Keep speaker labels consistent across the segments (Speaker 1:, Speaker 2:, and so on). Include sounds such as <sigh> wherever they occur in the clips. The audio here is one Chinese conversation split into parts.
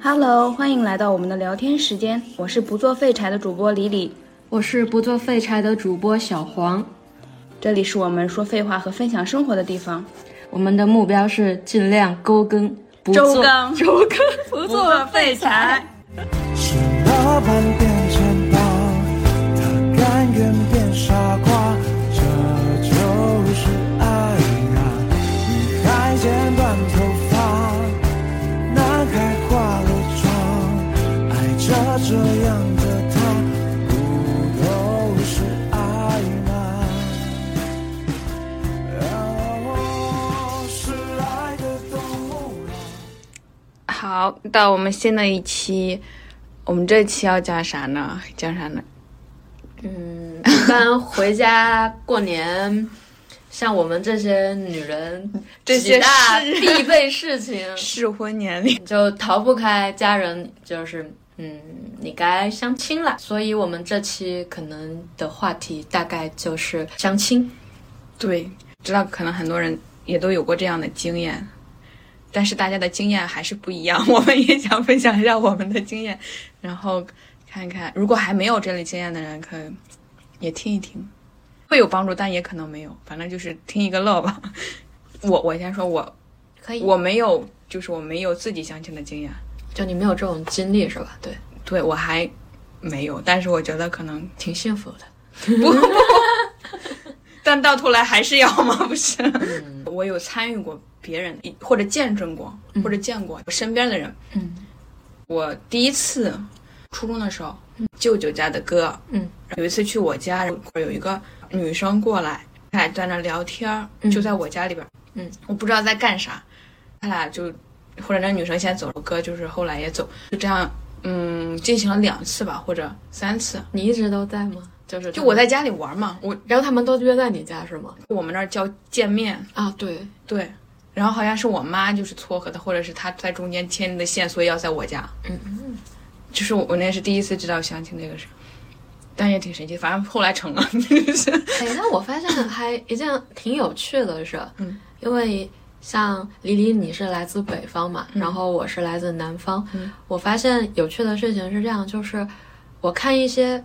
Speaker 1: Hello，欢迎来到我们的聊天时间，我是不做废柴的主播李李，
Speaker 2: 我是不做废柴的主播小黄。
Speaker 1: 这里是我们说废话和分享生活的地方。
Speaker 2: 我们的目标是尽量勾更，不做
Speaker 1: 周更
Speaker 2: 周更，不做废柴。
Speaker 3: 是老板变钱包，他甘愿变傻瓜，这就是爱啊！女孩剪短头发，男孩化了妆，爱着这样的他，不都是爱吗？哦，是爱的动物啊。
Speaker 4: 好，到我们新的一期，我们这期要讲啥呢？讲啥呢？
Speaker 5: 嗯，一般回家过年，像我们这些女人，
Speaker 4: 这些
Speaker 5: 几大
Speaker 4: 事
Speaker 5: 必备事情，
Speaker 2: <laughs>
Speaker 4: 适婚年龄。
Speaker 5: 就逃不开家人，就是嗯，你该相亲了。所以我们这期可能的话题大概就是相亲。
Speaker 4: 对，知道可能很多人也都有过这样的经验，但是大家的经验还是不一样。 <laughs> 我们也想分享一下我们的经验，然后看看如果还没有这类经验的人，可以也听一听，会有帮助，但也可能没有。反正就是听一个乐吧。 <laughs> 我我先说我
Speaker 5: 可以，
Speaker 4: 我没有，就是我没有自己相亲的经验。
Speaker 5: 就你没有这种经历是吧？对，
Speaker 4: 对我还没有，但是我觉得可能
Speaker 5: 挺幸福的。
Speaker 4: 不不，但到头来还是要吗？不是，嗯我有参与过别人或者见证过或者见过我身边的人。
Speaker 5: 嗯，
Speaker 4: 我第一次初中的时候，舅舅家的哥，
Speaker 5: 嗯，
Speaker 4: 有一次去我家，有一个女生过来，他俩在那聊天儿，
Speaker 5: 嗯
Speaker 4: 就在我家里边儿，
Speaker 5: 嗯，
Speaker 4: 我不知道在干啥，他俩就或者那女生先走，我哥就是后来也走，就这样。嗯，进行了两次吧，或者三次。
Speaker 5: 你一直都在吗？就是
Speaker 4: 就我在，家里玩嘛，我
Speaker 5: 然后他们都约在你家是吗？
Speaker 4: 我们那儿叫见面，
Speaker 5: 啊，对，
Speaker 4: 对。然后好像是我妈就是撮合的，或者是她在中间牵的线，所以要在我家。
Speaker 5: 嗯
Speaker 4: 嗯，就是我我那是第一次知道相亲这个事，但也挺神奇，反正后来成了。 <laughs>
Speaker 5: 哎，那我发现还一件挺有趣的事，
Speaker 4: 嗯，
Speaker 5: 因为像黎黎你是来自北方嘛，然后我是来自南方，
Speaker 4: 嗯
Speaker 5: 我发现有趣的事情是这样，就是我看一些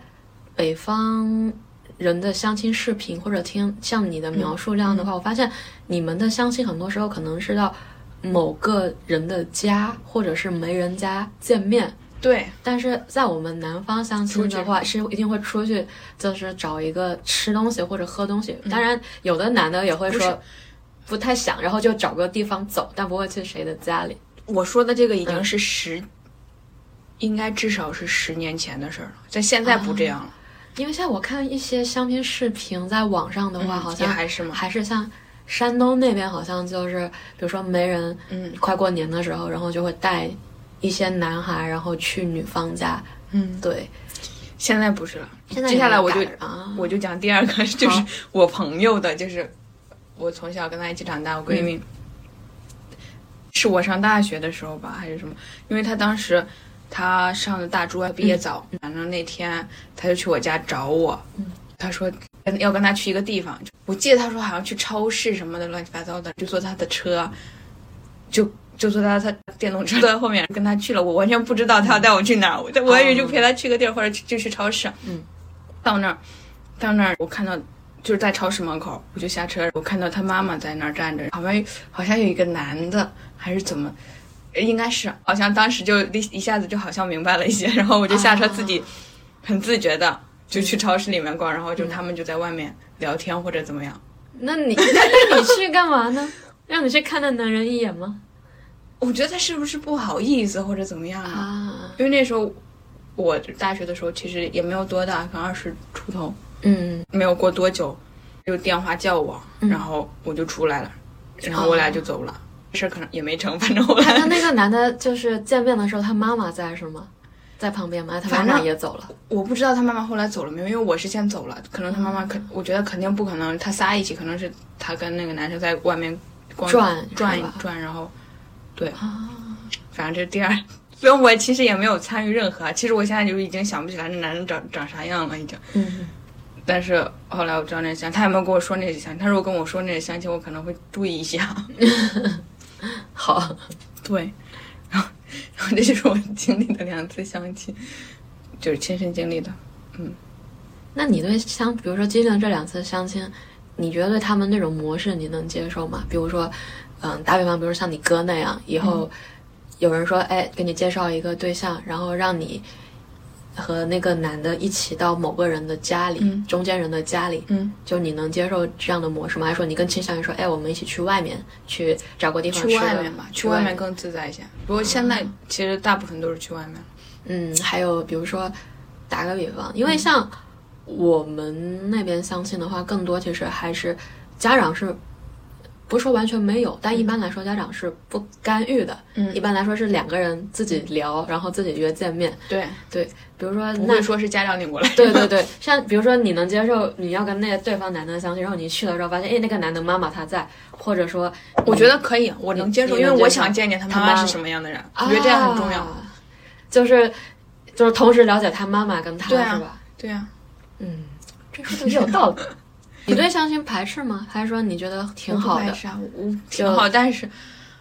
Speaker 5: 北方人的相亲视频，或者听像你的
Speaker 4: 嗯
Speaker 5: 描述这样的话，我发现你们的相亲很多时候可能是到某个人的家，或者是媒人家见面，
Speaker 4: 对，
Speaker 5: 但是在我们南方相亲的话，是一定会出去，就是找一个吃东西或者喝东西。当然，有的男的也会
Speaker 4: 嗯不是
Speaker 5: 说不太想，然后就找个地方走，但不会去谁的家里。
Speaker 4: 我说的这个已经是十，应该至少是十年前的事儿了，在现在不这样了。
Speaker 5: 因为像我看一些相亲视频，在网上的话，
Speaker 4: 嗯
Speaker 5: 好
Speaker 4: 也
Speaker 5: 像
Speaker 4: 还是吗？
Speaker 5: 还是像山东那边，好像就是比如说没人，
Speaker 4: 嗯
Speaker 5: 快过年的时候，然后就会带一些男孩，然后去女方家。
Speaker 4: 嗯，
Speaker 5: 对，
Speaker 4: 现在不是了。
Speaker 5: 现在
Speaker 4: 接下来我就
Speaker 5: 也改了啊，
Speaker 4: 我就讲第二个，就是我朋友的，就是我从小跟她一起长大，我闺
Speaker 5: 嗯
Speaker 4: 蜜、是我上大学的时候吧，还是什么？因为她当时她上的大专毕业早，
Speaker 5: 嗯
Speaker 4: 反正那天她就去我家找我，她说跟要跟她去一个地方，我记得她说好像去超市什么的乱七八糟的，就坐她的车，就。就坐她她电动车在后面跟她去了，我完全不知道
Speaker 5: 嗯
Speaker 4: 她要带我去哪儿，我我以为就陪她去个地儿或者就去超市，
Speaker 5: 哦嗯，
Speaker 4: 到那儿到那儿，我看到就是在超市门口，我就下车，我看到他妈妈在那儿站着，旁边好像有一个男的，还是怎么，应该是好像当时就一一下子就好像明白了一些，然后我就下车
Speaker 5: 啊
Speaker 4: 自己很自觉的就去超市里面逛，然后就他们就在外面聊天或者怎么样。
Speaker 5: 那你 <laughs> 那你去干嘛呢？让你去看那男人一眼吗？
Speaker 4: 我觉得他是不是不好意思或者怎么样啊？
Speaker 5: 啊，
Speaker 4: 因为那时候我大学的时候其实也没有多大，可能二十出头，
Speaker 5: 嗯，
Speaker 4: 没有过多久，就电话叫我，然后我就出来了，然后我嗯俩就走了。啊这事儿可能也没成， <laughs> 反正我
Speaker 5: 那
Speaker 4: 俩
Speaker 5: 那个男的就是见面的时候，他妈妈在是吗？在旁边吗？他妈
Speaker 4: 反
Speaker 5: 妈
Speaker 4: 正
Speaker 5: 也走了。
Speaker 4: 我不知道他妈妈后来走了没有，因为我是先走了，可能他妈妈肯，我觉得肯定不可能，他仨一起，可能是他跟那个男生在外面光
Speaker 5: 转
Speaker 4: 转
Speaker 5: 是吧
Speaker 4: 转，然后
Speaker 5: 啊，
Speaker 4: 反正这是第二， <laughs> 所以我其实也没有参与任何，啊其实我现在就是已经想不起来那男人长长啥样了已经。
Speaker 5: 嗯，
Speaker 4: 但是后来我知道那是相，他也没有跟我说那是相，他如果跟我说那是相亲，我可能会注意一下。
Speaker 5: 好，
Speaker 4: 对，然后然后这就是我经历的两次相亲，就是亲身经历的。
Speaker 5: 那你对相，比如说经历了这两次相亲，你觉得对他们那种模式你能接受吗？比如说，嗯，打比方，比如说像你哥那样，以
Speaker 4: 嗯
Speaker 5: 后有人说，哎，给你介绍一个对象，然后让你和那个男的一起到某个人的家里，
Speaker 4: 嗯
Speaker 5: 中间人的家里，
Speaker 4: 嗯，
Speaker 5: 就你能接受这样的模式吗？还是说你更倾向于说，哎，我们一起去外面去找个地方
Speaker 4: 去
Speaker 5: 吃
Speaker 4: 外
Speaker 5: 个
Speaker 4: 面吧，去
Speaker 5: 去
Speaker 4: 外
Speaker 5: 外
Speaker 4: 面嗯更自在一些。不过现在其实大部分都是去外面。
Speaker 5: 嗯，还有比如说，打个比方，因为像我们那边相亲的话，更多其实还是家长是，不是说完全没有，但一般来说家长是不干预的。
Speaker 4: 嗯
Speaker 5: 一般来说是两个人自己聊，然后自己约见面。
Speaker 4: 对，
Speaker 5: 对，比如说
Speaker 4: 不
Speaker 5: 那
Speaker 4: 会说是家长领过来。
Speaker 5: 对对对，像比如说你能接受你要跟那个对方男的相亲，然后你去了之后发现，哎，那个男的妈妈他在，或者说
Speaker 4: 我觉得可以，我能接受，
Speaker 5: 你
Speaker 4: 因
Speaker 5: 能
Speaker 4: 为我
Speaker 5: 接受
Speaker 4: 想见见他
Speaker 5: 他
Speaker 4: 妈妈
Speaker 5: 妈
Speaker 4: 是
Speaker 5: 妈
Speaker 4: 什么样的人，我觉得这样很重要。
Speaker 5: 啊就是就是同时了解他妈妈跟他
Speaker 4: 对啊
Speaker 5: 是吧？
Speaker 4: 对呀、
Speaker 5: 嗯，这说的也有道理。你对相亲排斥吗？还是说你觉得挺好
Speaker 4: 我不
Speaker 5: 的
Speaker 4: 排？斥啊，我挺
Speaker 5: 就
Speaker 4: 好，但是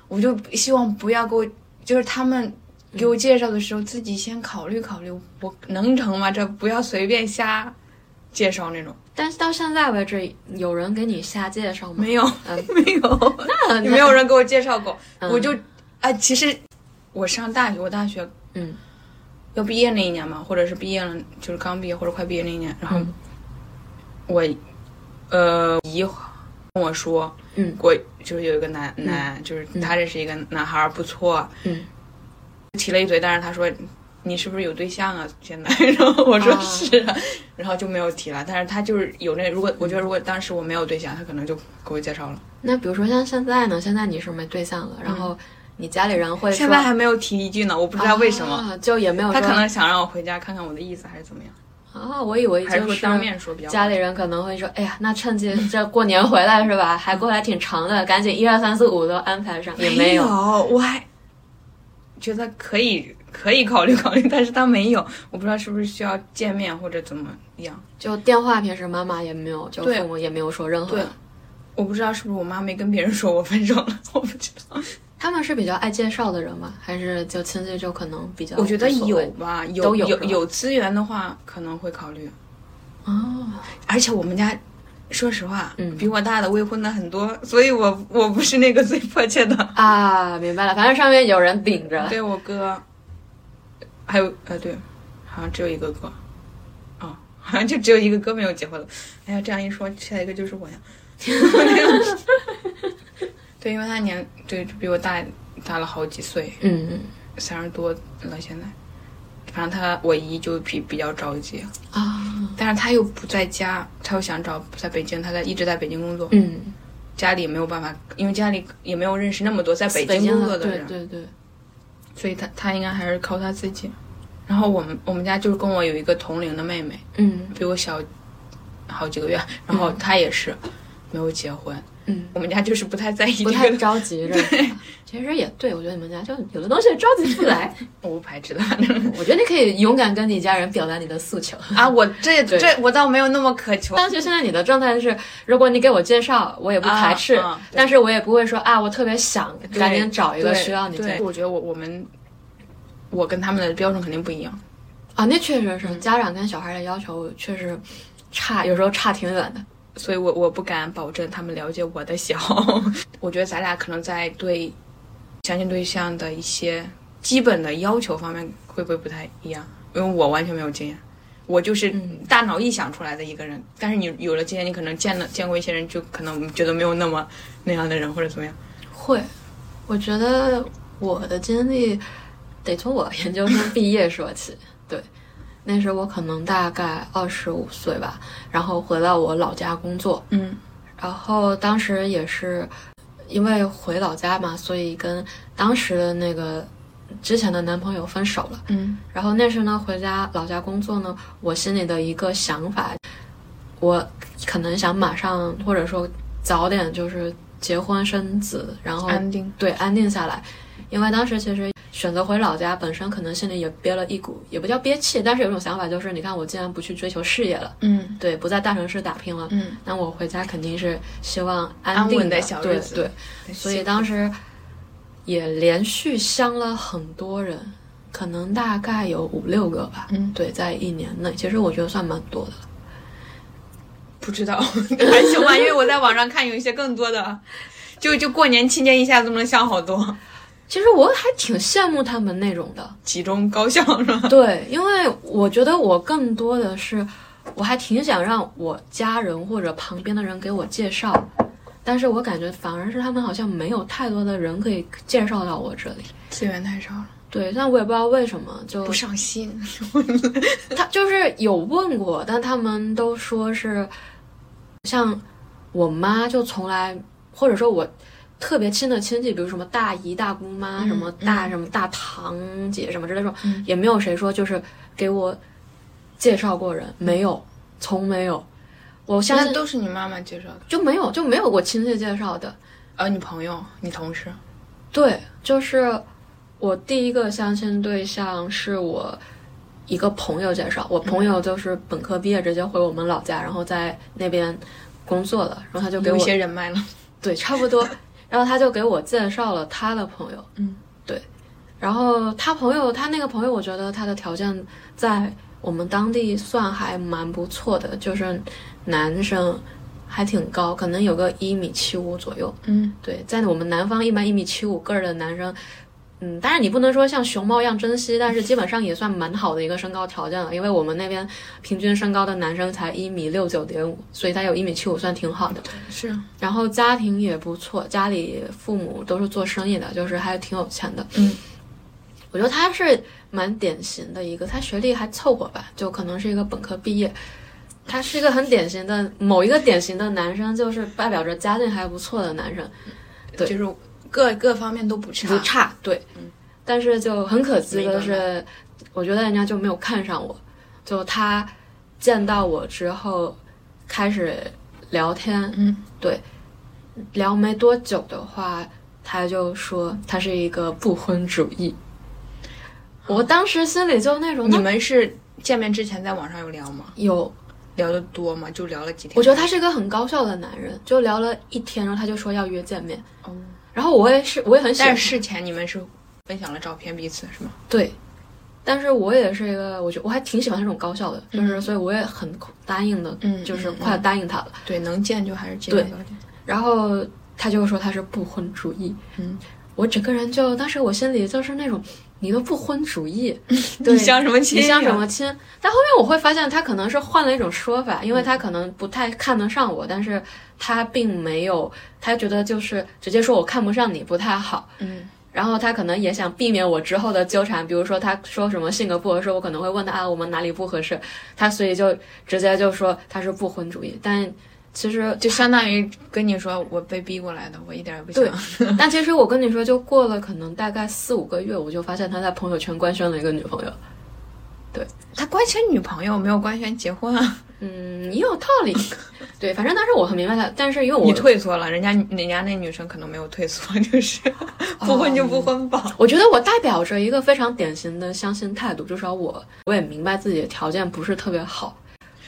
Speaker 4: 我就希望不要给我，就是他们给我介绍的时候，自己先考虑考虑，我能成吗？这不要随便瞎介绍那种。
Speaker 5: 但是到现在为止，有人给你下介绍吗？
Speaker 4: 没有， <laughs>
Speaker 5: 嗯，
Speaker 4: 没有，
Speaker 5: 那
Speaker 4: <laughs> 没有人给我介绍过，
Speaker 5: 嗯
Speaker 4: 我就啊，其实我上大学，我大学
Speaker 5: 嗯
Speaker 4: 要毕业那一年嘛，或者是毕业了，就是刚毕业或者快毕业那一年，然后
Speaker 5: 嗯
Speaker 4: 我呃姨跟我说，
Speaker 5: 嗯
Speaker 4: 我就是有一个男男，就是他认识一个男孩儿不错，
Speaker 5: 嗯，
Speaker 4: 提了一嘴，但是他说你是不是有对象啊？现在， <laughs> 然后我说
Speaker 5: 啊
Speaker 4: 是啊，然后就没有提了。但是他就是有那，如果我觉得如果当时我没有对象，他可能就给我介绍了。
Speaker 5: 那比如说像现在呢？现在你是没对象了，然后你家里人会
Speaker 4: 嗯
Speaker 5: 说
Speaker 4: 现在还没有提一句呢，我不知道为什么，
Speaker 5: 啊就也没有
Speaker 4: 他
Speaker 5: 说
Speaker 4: 可能想让我回家看看我的意思还是怎么样，
Speaker 5: 啊，我以为
Speaker 4: 还是
Speaker 5: 就
Speaker 4: 说
Speaker 5: 是
Speaker 4: 当面说比较好
Speaker 5: 家里人可能会说，哎呀，那趁机这过年回来是吧？还过来挺长的，赶紧一二三四五都安排上，也
Speaker 4: 嗯没
Speaker 5: 没有。
Speaker 4: 我还觉得可以可以考虑考虑，但是他没有，我不知道是不是需要见面或者怎么样。
Speaker 5: 就电话平时妈妈也没有，就
Speaker 4: 对
Speaker 5: 父母也没有说任何
Speaker 4: 对。我不知道是不是我妈没跟别人说我分手了，我不知道。
Speaker 5: 他们是比较爱介绍的人吗？还是就亲戚就可能比较无
Speaker 4: 我
Speaker 5: 所
Speaker 4: 觉
Speaker 5: 谓？
Speaker 4: 得有吧，有
Speaker 5: 都有
Speaker 4: 有
Speaker 5: 是吧
Speaker 4: 有资源的话可能会考虑。
Speaker 5: 哦，
Speaker 4: 而且我们家，说实话，
Speaker 5: 嗯
Speaker 4: 比我大的未婚的很多，所以我我不是那个最迫切的。
Speaker 5: 啊，明白了，反正上面有人顶着。
Speaker 4: 对我哥，还有呃，对，好像只有一个哥，哦，好像就只有一个哥没有结婚了。哎呀，这样一说，下一个就是我呀。 <laughs> 对，因为他年对比我大大了好几岁，
Speaker 5: 嗯，嗯
Speaker 4: 三十多了现在。反正他我姨就比比较着急，
Speaker 5: 啊，
Speaker 4: 但是他又不在家，他又想找在北京，他在一直在北京工作，
Speaker 5: 嗯，
Speaker 4: 家里也没有办法，因为家里也没有认识那么多在北京
Speaker 5: 嗯京
Speaker 4: 工作的
Speaker 5: 对
Speaker 4: 人，
Speaker 5: 对对，
Speaker 4: 所以他他应该还是靠他自己。然后我们我们家就是跟我有一个同龄的妹妹， <laughs>
Speaker 5: 嗯
Speaker 4: 比我小好几个月，然后她也是没有结婚。
Speaker 5: 嗯，
Speaker 4: 我们家就是不太在意这
Speaker 5: 不太
Speaker 4: 个，
Speaker 5: 着急着。其实也对，我觉得你们家就有的东西着急不
Speaker 4: <laughs>
Speaker 5: 来。
Speaker 4: 我不排斥的，反正
Speaker 5: 我觉得你可以勇敢跟你家人表达你的诉求。
Speaker 4: <laughs> 啊，我这
Speaker 5: 对
Speaker 4: 这我倒没有那么渴求。
Speaker 5: 但是现在你的状态是，如果你给我介绍，我也不排斥，
Speaker 4: 啊啊对
Speaker 5: 但是我也不会说啊，我特别想
Speaker 4: 对
Speaker 5: 赶紧找一个
Speaker 4: 对
Speaker 5: 需要你的
Speaker 4: 对，我觉得我我们我跟他们的标准肯定不一样。
Speaker 5: 啊，那确实是家长跟小孩的要求确实差，有时候差挺远的。
Speaker 4: 所以我我不敢保证他们了解我的喜好。 <laughs> 我觉得咱俩可能在对相亲对象的一些基本的要求方面会不会不太一样？因为我完全没有经验，我就是
Speaker 5: 嗯
Speaker 4: 大脑臆想出来的一个人。但是你有了经验，你可能见了见过一些人，就可能觉得没有那么那样的人或者怎么样。
Speaker 5: 会，我觉得我的经历得从我研究生毕业说起。对，那时候我可能大概二十五岁吧，然后回到我老家工作，
Speaker 4: 嗯
Speaker 5: 然后当时也是因为回老家嘛，所以跟当时的那个之前的男朋友分手了。
Speaker 4: 嗯
Speaker 5: 然后那时呢，回家老家工作呢，我心里的一个想法，我可能想马上或者说早点就是结婚生子，然后
Speaker 4: 安定
Speaker 5: 对安定下来。因为当时其实选择回老家，本身可能心里也憋了一股，也不叫憋气，但是有一种想法就是，你看我既然不去追求事业了，
Speaker 4: 嗯
Speaker 5: 对，不在大城市打拼了，
Speaker 4: 嗯，
Speaker 5: 那我回家肯定是希望
Speaker 4: 安
Speaker 5: 定
Speaker 4: 稳的
Speaker 5: 的
Speaker 4: 小日子
Speaker 5: 对对，所以当时也连续相了很多人，可能大概有五六个吧。
Speaker 4: 嗯
Speaker 5: 对，在一年内，其实我觉得算蛮多的了。
Speaker 4: 不知道还行吧，因为我在网上看有一些更多的，就就过年期间一下子能相好多，
Speaker 5: 其实我还挺羡慕他们那种的，
Speaker 4: 集中高效是吧？
Speaker 5: 对，因为我觉得我更多的是，我还挺想让我家人或者旁边的人给我介绍，但是我感觉反而是他们好像没有太多的人可以介绍到我这里。
Speaker 4: 资源太少了，
Speaker 5: 对，但我也不知道为什么，就
Speaker 4: 不上心。
Speaker 5: 他就是有问过，但他们都说是，像我妈就从来，或者说我特别亲的亲戚，比如什么大姨、大姑妈，
Speaker 4: 嗯
Speaker 5: 什么大什么大堂姐什么之类的这种，
Speaker 4: 嗯
Speaker 5: 也没有谁说就是给我介绍过人，没有，从没有。我相
Speaker 4: 那
Speaker 5: 信
Speaker 4: 都是你妈妈介绍的，
Speaker 5: 就没有就没有我亲戚介绍的，
Speaker 4: 呃，你朋友、你同事，
Speaker 5: 对，就是我第一个相亲对象是我一个朋友介绍，我朋
Speaker 4: 嗯
Speaker 5: 友就是本科毕业直接回我们老家，然后在那边工作了，然后他就给
Speaker 4: 有
Speaker 5: 我
Speaker 4: 一些人脉
Speaker 5: <laughs>
Speaker 4: 了。
Speaker 5: 对差不多，然后他就给我介绍了他的朋友，
Speaker 4: 嗯，
Speaker 5: 对，然后他朋友他那个朋友，我觉得他的条件在我们当地算还蛮不错的，就是男生还挺高，可能有个一米七五左右，
Speaker 4: 嗯，
Speaker 5: 对，在我们南方一般一米七五个儿的男生，嗯，当然你不能说像熊猫一样珍惜，但是基本上也算蛮好的一个身高条件了，因为我们那边平均身高的男生才一米六九点五，所以他有一米七五算挺好的。
Speaker 4: 是，
Speaker 5: 然后家庭也不错，家里父母都是做生意的，就是还挺有钱的。
Speaker 4: 嗯，
Speaker 5: 我觉得他是蛮典型的一个，他学历还凑合吧，就可能是一个本科毕业。他是一个很典型的某一个典型的男生，就是代表着家境还不错的男生。对
Speaker 4: 就是各各方面都不差，嗯
Speaker 5: 不差，对。但是就很可惜的
Speaker 4: 没
Speaker 5: 是，我觉得人家就没有看上我，就他见到我之后开始聊天，
Speaker 4: 嗯，
Speaker 5: 对，聊没多久的话，他就说他是一个不婚主义。我当时心里就那种，
Speaker 4: 你
Speaker 5: 那
Speaker 4: 们是见面之前在网上有聊吗？
Speaker 5: 有
Speaker 4: 聊的多吗？就聊了几天？
Speaker 5: 我觉得他是一个很高效的男人，就聊了一天，然后他就说要约见面，
Speaker 4: 哦，
Speaker 5: 然后我也是，我也很喜欢，
Speaker 4: 但是事前你们是分享了照片彼此是吗？
Speaker 5: 对，但是我也是一个，我觉得我还挺喜欢这种高效的，就是、
Speaker 4: 嗯
Speaker 5: 所以我也很答应的，
Speaker 4: 嗯
Speaker 5: 就是
Speaker 4: 嗯
Speaker 5: 快答应他了。
Speaker 4: 对，能见就还是尽
Speaker 5: 对
Speaker 4: 量聊天。
Speaker 5: 然后他就说他是不婚主义，
Speaker 4: 嗯，
Speaker 5: 我整个人就当时我心里就是那种你都不婚主义，
Speaker 4: <laughs> 嗯
Speaker 5: 对
Speaker 4: 你相什么亲？
Speaker 5: 你相什？么亲？但后面我会发现他可能是换了一种说法，因为他可能不太看得上我，但是他并没有，他觉得就是直接说我看不上你不太好，
Speaker 4: 嗯，
Speaker 5: 然后他可能也想避免我之后的纠缠，比如说他说什么性格不合适，我可能会问他啊，我们哪里不合适？他所以就直接就说他是不婚主义，但其实
Speaker 4: 就相当于跟你说我被逼过来的，我一点也不想。
Speaker 5: 对 <laughs> 但其实我跟你说，就过了可能大概四五个月，我就发现他在朋友圈官宣了一个女朋友。
Speaker 4: 他官宣女朋友，没有官宣结婚啊。
Speaker 5: 嗯，也有道理。对，反正当时我很明白他，但是因为我
Speaker 4: 你退缩了，人家人家那女生可能没有退缩， <laughs> 就是
Speaker 5: 哦
Speaker 4: 不婚就不婚吧。
Speaker 5: 我觉得我代表着一个非常典型的相亲态度，至少我我也明白自己的条件不是特别好。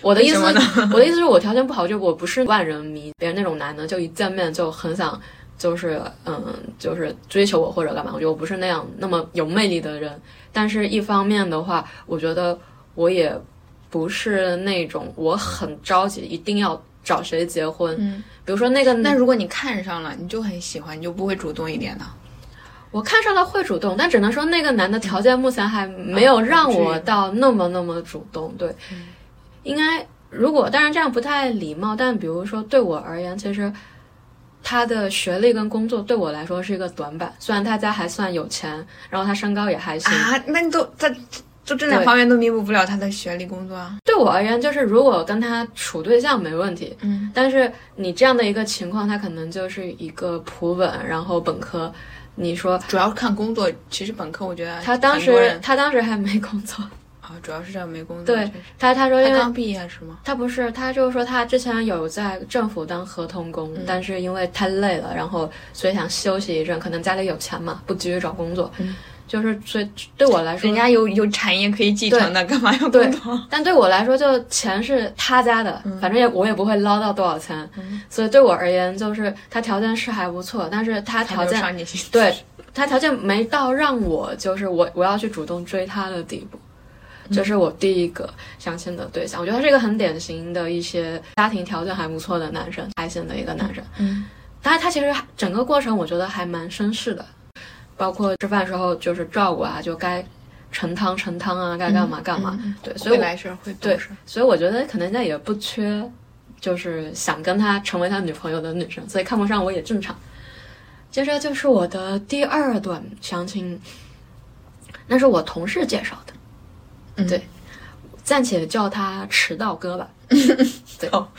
Speaker 5: 我的意思，
Speaker 4: 为什
Speaker 5: <laughs> 我的意思是我条件不好，就我不是万人迷，别人那种男的就一见面就很想，就是嗯，就是追求我或者干嘛。我觉得我不是那样那么有魅力的人。但是一方面的话，我觉得我也不是那种我很着急一定要找谁结婚。
Speaker 4: 嗯，
Speaker 5: 比如说那个，
Speaker 4: 那如果你看上了，你就很喜欢，你就不会主动一点的。
Speaker 5: 我看上了会主动，但只能说那个男的条件目前还
Speaker 4: 嗯
Speaker 5: 没
Speaker 4: 啊
Speaker 5: 有让我到那么那么主动。对，应该如果当然这样不太礼貌，但比如说对我而言，其实他的学历跟工作对我来说是一个短板。虽然他家还算有钱，然后他身高也还行，
Speaker 4: 啊，那你都他就这两
Speaker 5: 对
Speaker 4: 方面都弥补不了他的学历工作啊。
Speaker 5: 对我而言就是如果跟他处对象没问题，
Speaker 4: 嗯，
Speaker 5: 但是你这样的一个情况，他可能就是一个普本，然后本科，你说。
Speaker 4: 主要是看工作，其实本科我觉得
Speaker 5: 他当
Speaker 4: 很多
Speaker 5: 时
Speaker 4: 哎人
Speaker 5: 他当时还没工作，
Speaker 4: 啊，主要是这样没工作。确
Speaker 5: 对
Speaker 4: 实
Speaker 5: 他他说因
Speaker 4: 他
Speaker 5: 为
Speaker 4: 刚毕业是吗？
Speaker 5: 他不是，他就说他之前有在政府当合同工，
Speaker 4: 嗯
Speaker 5: 但是因为太累了，然后所以想休息一阵，可能家里有钱嘛，不急于找工作，
Speaker 4: 嗯
Speaker 5: 就是所以对我来说，
Speaker 4: 人家有有产业可以继承的，干嘛要
Speaker 5: 对
Speaker 4: 工作？嗯
Speaker 5: 但对我来说，就钱是他家的，反正也我也不会捞到多少钱，所以对我而言，就是他条件是还不错，但是
Speaker 4: 他
Speaker 5: 他条
Speaker 4: 没有 <laughs>
Speaker 5: 件
Speaker 4: 上进心。
Speaker 5: 对，他条件没到让我就是我我要去主动追他的地步。这是我第一个相亲的对象，我觉得他是一个很典型的一些家庭条件还不错的男生，开心的一个男生。
Speaker 4: 嗯，
Speaker 5: 但是他其实整个过程我觉得还蛮绅士的，包括吃饭时候就是照顾啊，就该盛汤盛汤啊，该干嘛干嘛。对，所以
Speaker 4: 会
Speaker 5: 我
Speaker 4: 来事儿会
Speaker 5: 对
Speaker 4: 懂事儿。
Speaker 5: 所以我觉得可能人家也不缺，就是想跟他成为他女朋友的女生，所以看不上我也正常。接着就是我的第二段相亲，那是我同事介绍的，
Speaker 4: 嗯
Speaker 5: 对，暂且叫他迟到
Speaker 4: <laughs>
Speaker 5: 哥吧。对，
Speaker 4: 好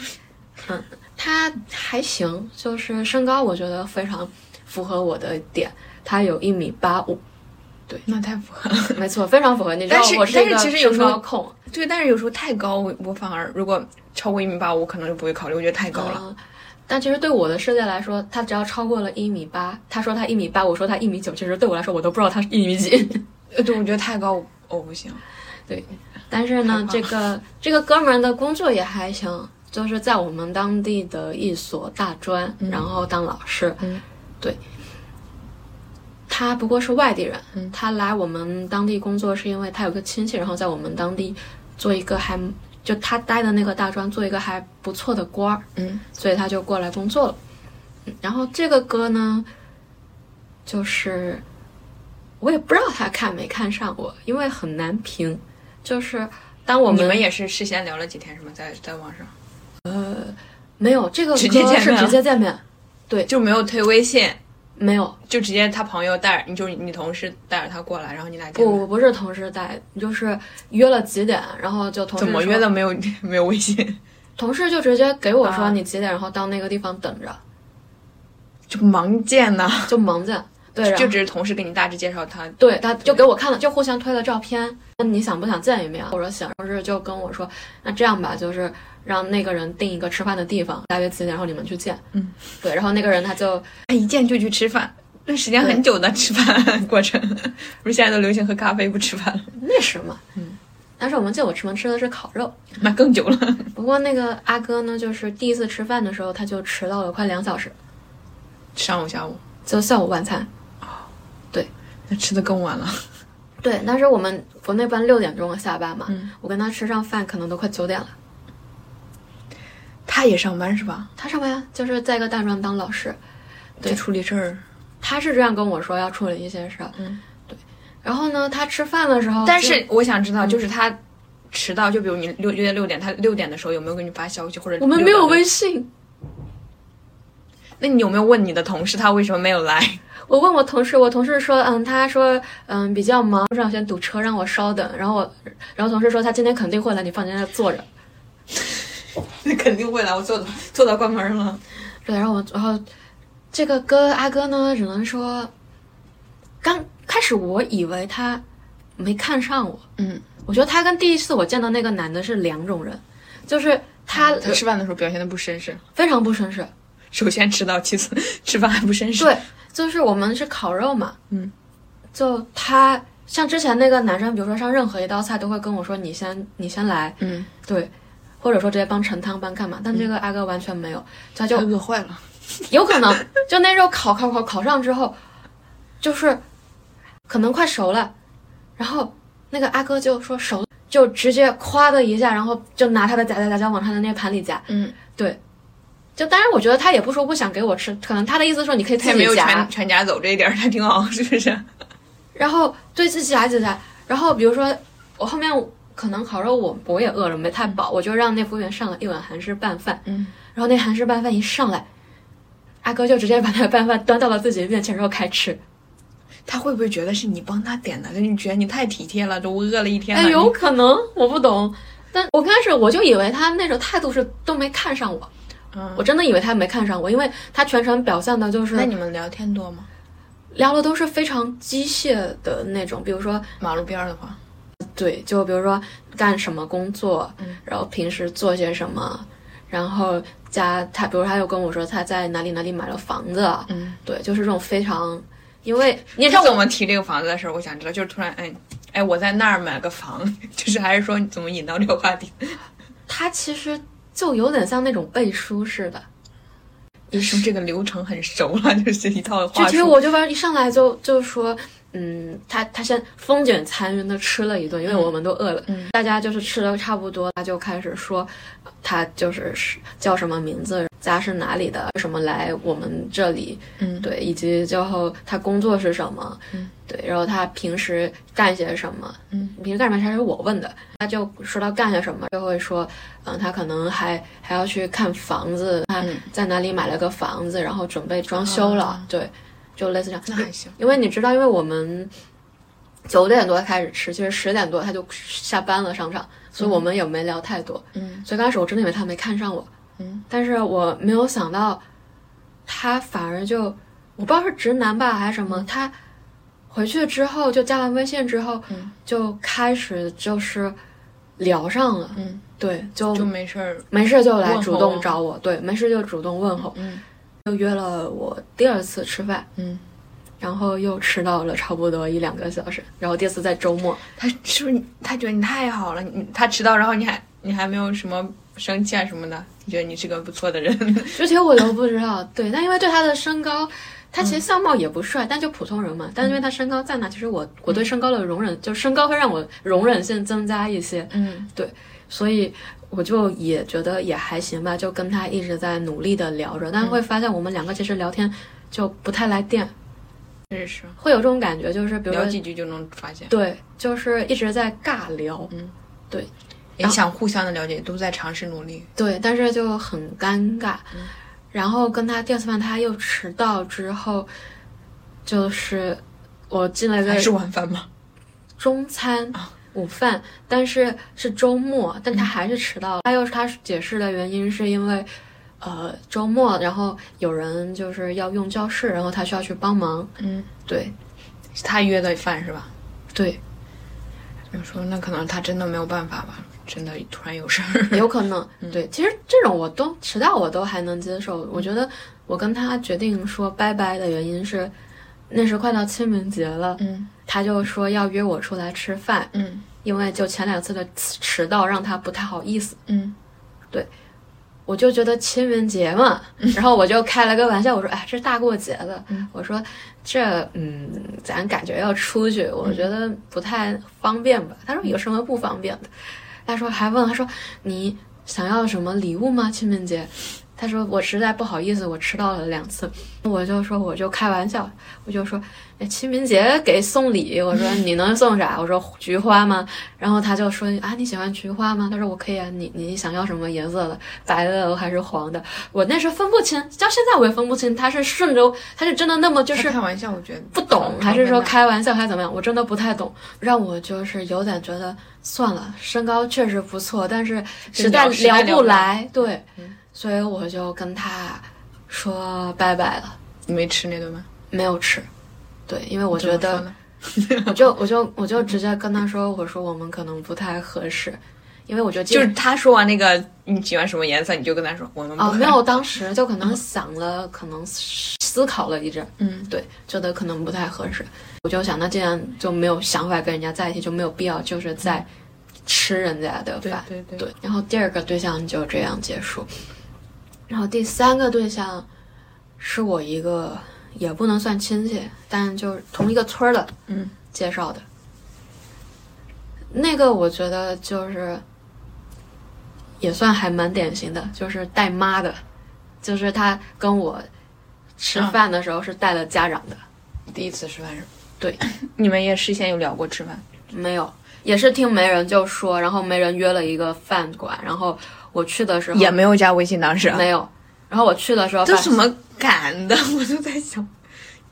Speaker 5: 嗯，他还行，就是身高我觉得非常符合我的点，他有一米八五，
Speaker 4: 那太符合了。 <laughs>
Speaker 5: 没错，非常符合。你知道
Speaker 4: 但是
Speaker 5: 我是
Speaker 4: 但
Speaker 5: 一
Speaker 4: 是
Speaker 5: 个
Speaker 4: 其实有
Speaker 5: 身
Speaker 4: 时候
Speaker 5: 高控，
Speaker 4: 对，但是有时候太高，我我反而如果超过一米八五，可能就不会考虑，我觉得太高了。
Speaker 5: 嗯但其实对我的世界来说，他只要超过了一米八，他说他一米八，我说他一米九，其实对我来说我都不知道他是一米几。 <laughs>
Speaker 4: 呃，对，我觉得太高我我不行。
Speaker 5: 但是
Speaker 4: 太
Speaker 5: 呢
Speaker 4: 棒，
Speaker 5: 这个这个哥们儿的工作也还行，就是在我们当地的一所大专，
Speaker 4: 嗯
Speaker 5: 然后当老师。
Speaker 4: 嗯
Speaker 5: 对。他不过是外地人，
Speaker 4: 嗯
Speaker 5: 他来我们当地工作是因为他有个亲戚，然后在我们当地做一个还就他待的那个大专做一个还不错的官儿。
Speaker 4: 嗯
Speaker 5: 所以他就过来工作了。嗯然后这个哥呢，就是我也不知道他看没看上我，因为很难评。就是当我
Speaker 4: 你
Speaker 5: 们
Speaker 4: 们也是事先聊了几天是吗？在在网上
Speaker 5: 没有这个哥
Speaker 4: 直接见面
Speaker 5: 是
Speaker 4: 了
Speaker 5: 直接见面，
Speaker 4: 就没有推微信，
Speaker 5: 没有
Speaker 4: 就直接他朋友带着，你就是你同事带着他过来，然后你俩见
Speaker 5: 不
Speaker 4: 面
Speaker 5: 我不是同事带，就是约了几点，然后就同事
Speaker 4: 怎么
Speaker 5: 说
Speaker 4: 约的？没有 <laughs> 没有微信，
Speaker 5: 同事就直接给我说
Speaker 4: 啊
Speaker 5: 你几点，然后到那个地方等着，
Speaker 4: 就盲见呐，
Speaker 5: 就蒙见。对，啊然后
Speaker 4: 就只是同事给你大致介绍他。
Speaker 5: 对，他就给我看了，就互相推了照片。那你想不想见一面？我说想。同事就跟我说，那这样吧，就是让那个人定一个吃饭的地方，大约几点，然后你们去见。
Speaker 4: 嗯，
Speaker 5: 对。然后那个人他就
Speaker 4: 哎，一见就去吃饭，那时间很久的吃饭 <laughs> 过程，不是现在都流行喝咖啡不吃饭了，
Speaker 5: 那时嘛，嗯。但是我们见我吃饭吃的是烤肉，
Speaker 4: 那更久了。
Speaker 5: 不过那个阿哥呢，就是第一次吃饭的时候他就迟到了快两小时，
Speaker 4: 上午下午，
Speaker 5: 就下午晚餐。
Speaker 4: 那吃的更晚了。
Speaker 5: 对，当时我们国内班六点钟下班嘛，
Speaker 4: 嗯
Speaker 5: 我跟他吃上饭可能都快九点了。
Speaker 4: 他也上班是吧？
Speaker 5: 他上班呀就是在一个大专当老师，对
Speaker 4: 就处理事儿。
Speaker 5: 他是这样跟我说要处理一些事儿，
Speaker 4: 嗯，
Speaker 5: 对。然后呢，他吃饭的时候就，
Speaker 4: 但是我想知道，
Speaker 5: 哦嗯
Speaker 4: 就是他迟到，就比如你六约六点，他六点的时候有没有给你发消息，或者
Speaker 5: 我们没有微
Speaker 4: 问？
Speaker 5: 信。
Speaker 4: 那你有没有问你的同事他为什么没有来？
Speaker 5: 我问我同事，我同事说，嗯，他说，嗯，比较忙，路上先堵车，让我稍等。然后我，然后同事说他今天肯定会来，你放在那坐着。
Speaker 4: 那 <laughs> 肯定会来，我坐到坐到关门了。
Speaker 5: 对，然后我，然后这个哥阿哥呢，只能说，刚开始我以为他没看上我，
Speaker 4: 嗯，
Speaker 5: 我觉得他跟第一次我见到那个男的是两种人，就是他
Speaker 4: 嗯他吃饭的时候表现的不绅士， <laughs>
Speaker 5: 非常不绅士，
Speaker 4: 首先迟到，其次 <laughs> 吃饭还不绅士。
Speaker 5: 对， <laughs> 就是我们是烤肉嘛，
Speaker 4: 嗯，
Speaker 5: 就他像之前那个男生，比如说上任何一道菜都会跟我说你先你先来，
Speaker 4: 嗯，
Speaker 5: 对，或者说直接帮盛汤帮干嘛，但这个阿哥完全没有，他就
Speaker 4: 饿坏了。
Speaker 5: <laughs> 有可能就那肉烤烤烤烤上之后，就是可能快熟了，然后那个阿哥就说熟了，就直接咵的一下，然后就拿他的夹夹夹夹往他的那盘里夹，
Speaker 4: 嗯，
Speaker 5: 对。就当然，我觉得他也不说不想给我吃，可能他的意思说你可以自
Speaker 4: 他也没有
Speaker 5: 己夹，
Speaker 4: 全全家走这一点儿，他挺好，是不是？ <laughs>
Speaker 5: 然后对自己来自己来，然后比如说我后面可能烤肉我我也饿了，没太饱，我就让那服务员上了一碗韩式拌饭，
Speaker 4: 嗯，
Speaker 5: 然后那韩式拌饭一上来，阿哥就直接把那个拌饭端到了自己面前，然后开吃，
Speaker 4: 他会不会觉得是你帮他点的？就你觉得你太体贴了，都饿了一天
Speaker 5: 哎，
Speaker 4: 了。
Speaker 5: 有
Speaker 4: 你
Speaker 5: 可能我不懂，但我刚开始我就以为他那种态度是都没看上我，
Speaker 4: 嗯
Speaker 5: 我真的以为他没看上我，因为他全程表现的就是
Speaker 4: 那你们聊天多吗？
Speaker 5: 聊的都是非常机械的那种，比如说
Speaker 4: 马路边儿的话，
Speaker 5: 对，就比如说干什么工作，
Speaker 4: 嗯
Speaker 5: 然后平时做些什么，然后家他，比如他又跟我说他在哪里哪里买了房子，
Speaker 4: 嗯，
Speaker 5: 对，就是这种非常，因为你也知道
Speaker 4: 像
Speaker 5: 我
Speaker 4: 我们提这个房子的时候，我想知道，就是突然，哎，哎，我在那儿买个房， <laughs> 就是还是说你怎么引到这个 <laughs> 话题？
Speaker 5: 他其实就有点像那种背书似的，
Speaker 4: 医生这个流程很熟了，就是一套
Speaker 5: 就
Speaker 4: 话
Speaker 5: 其实
Speaker 4: 术。
Speaker 5: 我就玩一上来就就说，嗯，他他先风卷残云的吃了一顿，因为我们都饿了，
Speaker 4: 嗯
Speaker 5: 大家就是吃的差不多，他就开始说，他就是是叫什么名字，家是哪里的，为什么来我们这里，
Speaker 4: 嗯
Speaker 5: 对，以及最后他工作是什么，
Speaker 4: 嗯，
Speaker 5: 对，然后他平时干些什么，
Speaker 4: 嗯，
Speaker 5: 平时干什么还是我问的，他就说到干些什么，就会说，嗯，他可能还还要去看房子，他
Speaker 4: 嗯
Speaker 5: 在哪里买了个房子，然后准备装修了，
Speaker 4: 啊
Speaker 5: 对，就类似这样。
Speaker 4: 那还行，
Speaker 5: 因为你知道，因为我们九点多开始吃，其实十点多他就下班了商场，所以我们也没聊太多。
Speaker 4: 嗯
Speaker 5: 所以刚开始我真的以为他没看上我，
Speaker 4: 嗯，
Speaker 5: 但是我没有想到，他反而就我不知道是直男吧还是什么，
Speaker 4: 嗯
Speaker 5: 他回去之后就加完微信之后，
Speaker 4: 嗯
Speaker 5: 就开始就是聊上了，
Speaker 4: 嗯，
Speaker 5: 对，就
Speaker 4: 就没事儿，
Speaker 5: 没事就来
Speaker 4: 问候
Speaker 5: 主动找我，对，没事就主动问候，
Speaker 4: 嗯
Speaker 5: 就约了我第二次吃饭，
Speaker 4: 嗯。
Speaker 5: 然后又迟到了差不多一两个小时，然后第四在周末，
Speaker 4: 他是不是你他觉得你太好了？你他迟到，然后你还你还没有什么生气啊什么的，你觉得你是个不错的人。
Speaker 5: 之前我都不知道，对，但因为对他的身高，他
Speaker 4: 嗯
Speaker 5: 其实相貌也不帅，但就普通人嘛，但因为他身高在那，其实
Speaker 4: 嗯
Speaker 5: 我我对身高的容忍，就身高会让我容忍性增加一些，
Speaker 4: <laughs> 嗯
Speaker 5: 所以我就也觉得也还行吧，就跟他一直在努力的聊
Speaker 4: 嗯
Speaker 5: 着，但会发现我们两个其实聊天就不太来电，
Speaker 4: 确实是，
Speaker 5: 会有这种感觉，就是比如
Speaker 4: 聊
Speaker 5: 说
Speaker 4: 几句就能发现，
Speaker 5: 对，就是一直在尬聊，
Speaker 4: 也想互相的了解，都在尝试努力。
Speaker 5: 对，但是就很尴尬。
Speaker 4: 嗯
Speaker 5: 然后跟他第二次饭，他又迟到之后，就是我进了
Speaker 4: 还是
Speaker 5: 个
Speaker 4: 晚饭吗？
Speaker 5: 中餐
Speaker 4: 啊嗯
Speaker 5: 午饭，但是是周末，但他还是迟到了。他又他解释的原因是因为，呃，周末然后有人就是要用教室，然后他需要去帮忙。
Speaker 4: 嗯，
Speaker 5: 对
Speaker 4: 是 <laughs> 他约的饭是吧？
Speaker 5: 对，
Speaker 4: 我说那可能他真的没有办法吧，真的突然有事儿。 <laughs>
Speaker 5: 有可能。对，其实这种我都迟到我都还能接受。我觉得我跟他决定说拜拜的原因是，那时快到清明节了，
Speaker 4: 嗯
Speaker 5: 他就说要约我出来吃饭，
Speaker 4: <laughs> 嗯
Speaker 5: 因为就前两次的迟迟到让他不太好意思。
Speaker 4: 嗯
Speaker 5: 我就觉得清明节嘛，然后我就开了个玩笑，我说：“哎，这大过节的，我说这嗯，咱感觉要出去，我觉得不太方便吧。”他说：“有什么不方便的？”他说还问他说：“你想要什么礼物吗？清明节？”他说：“我实在不好意思，我迟到了两次。”我就说：“我就开玩笑，我就说，哎，清明节给送礼，我说你能送啥？我说菊花吗？然后他就说啊，你喜欢菊花吗？他说我可以啊，你你想要什么颜色的？白的还是黄的？我那时候分不清，到现在我也分不清，他是顺着，他是真的那么就
Speaker 4: 他
Speaker 5: 是
Speaker 4: 开玩笑，我觉得
Speaker 5: 不懂，还是说开玩笑，还是怎么样？我真的不太懂，让我就是有点觉得算了，身高确实不错，但是实在
Speaker 4: 实在聊不
Speaker 5: 不来，对
Speaker 4: 嗯，
Speaker 5: 所以我就跟他说拜拜了，
Speaker 4: 你没吃那顿饭？
Speaker 5: 没有吃。对，因为我觉
Speaker 4: 怎么说
Speaker 5: 得，
Speaker 4: 呢
Speaker 5: 我就我就我就直接跟他说，我说我们可能不太合适，因为我觉得这
Speaker 4: 就是他说完那个你喜欢什么颜色，你就跟他说我们不
Speaker 5: 啊，
Speaker 4: 合
Speaker 5: 没有，当时就可能想了，可能思考了一阵，
Speaker 4: 嗯
Speaker 5: 对，觉得可能不太合适，我就想，那既然就没有想法跟人家在一起，就没有必要就是在吃人家的
Speaker 4: 嗯对
Speaker 5: 饭，
Speaker 4: 对对
Speaker 5: 对。然后第二个对象就这样结束，然后第三个对象是我一个也不能算亲戚，但就是同一个村儿的，
Speaker 4: 嗯，
Speaker 5: 介绍的。那个我觉得就是也算还蛮典型的，就是带妈的，就是他跟我吃
Speaker 4: 啊
Speaker 5: 饭的时候是带了家长的，
Speaker 4: 第一次吃饭是？
Speaker 5: 对，
Speaker 4: <laughs> 你们也事先有聊过吃饭？
Speaker 5: 没有，也是听媒人就说，然后媒人约了一个饭馆，然后我去的时候
Speaker 4: <laughs> 也没有加微信，当时啊 <laughs>
Speaker 5: 没有，然后我去的时候
Speaker 4: 哦这
Speaker 5: 发
Speaker 4: 怎么敢的？ <laughs> 我就在想，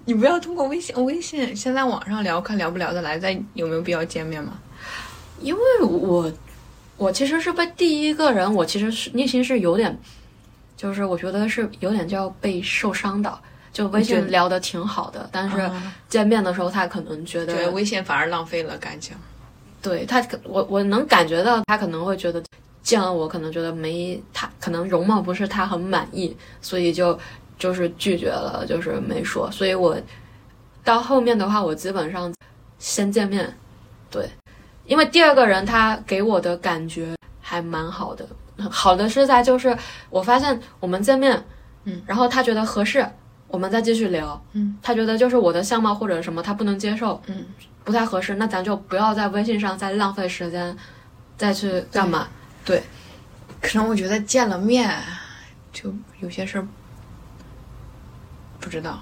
Speaker 4: 你不要通过微信，微信先在网上聊，看聊不聊得来，再有没有必要见面嘛？
Speaker 5: 因为我我其实是被第一个人，我其实是内心是有点，就是我觉得是有点就要被受伤到。就微
Speaker 4: 你觉
Speaker 5: 信
Speaker 4: 得
Speaker 5: 聊得挺好的，但是
Speaker 4: 啊
Speaker 5: 见面的时候他可能觉得
Speaker 4: 对，微信反而浪费了感情。
Speaker 5: 对他可，我我能感觉到他可能会觉得见了我，可能觉得没他，可能容貌不是他很满意，所以就就是拒绝了，就是没说。所以我到后面的话，我基本上先见面，对，因为第二个人他给我的感觉还蛮好的，好的是在就是我发现我们见面。
Speaker 4: 嗯，
Speaker 5: 然后他觉得合适，我们再继续聊，
Speaker 4: 嗯，
Speaker 5: 他觉得就是我的相貌或者什么他不能接受，
Speaker 4: 嗯，
Speaker 5: 不太合适，那咱就不要在微信上再浪费时间，再去干嘛？
Speaker 4: <laughs> 可能我觉得见了面，就有些事儿不知道，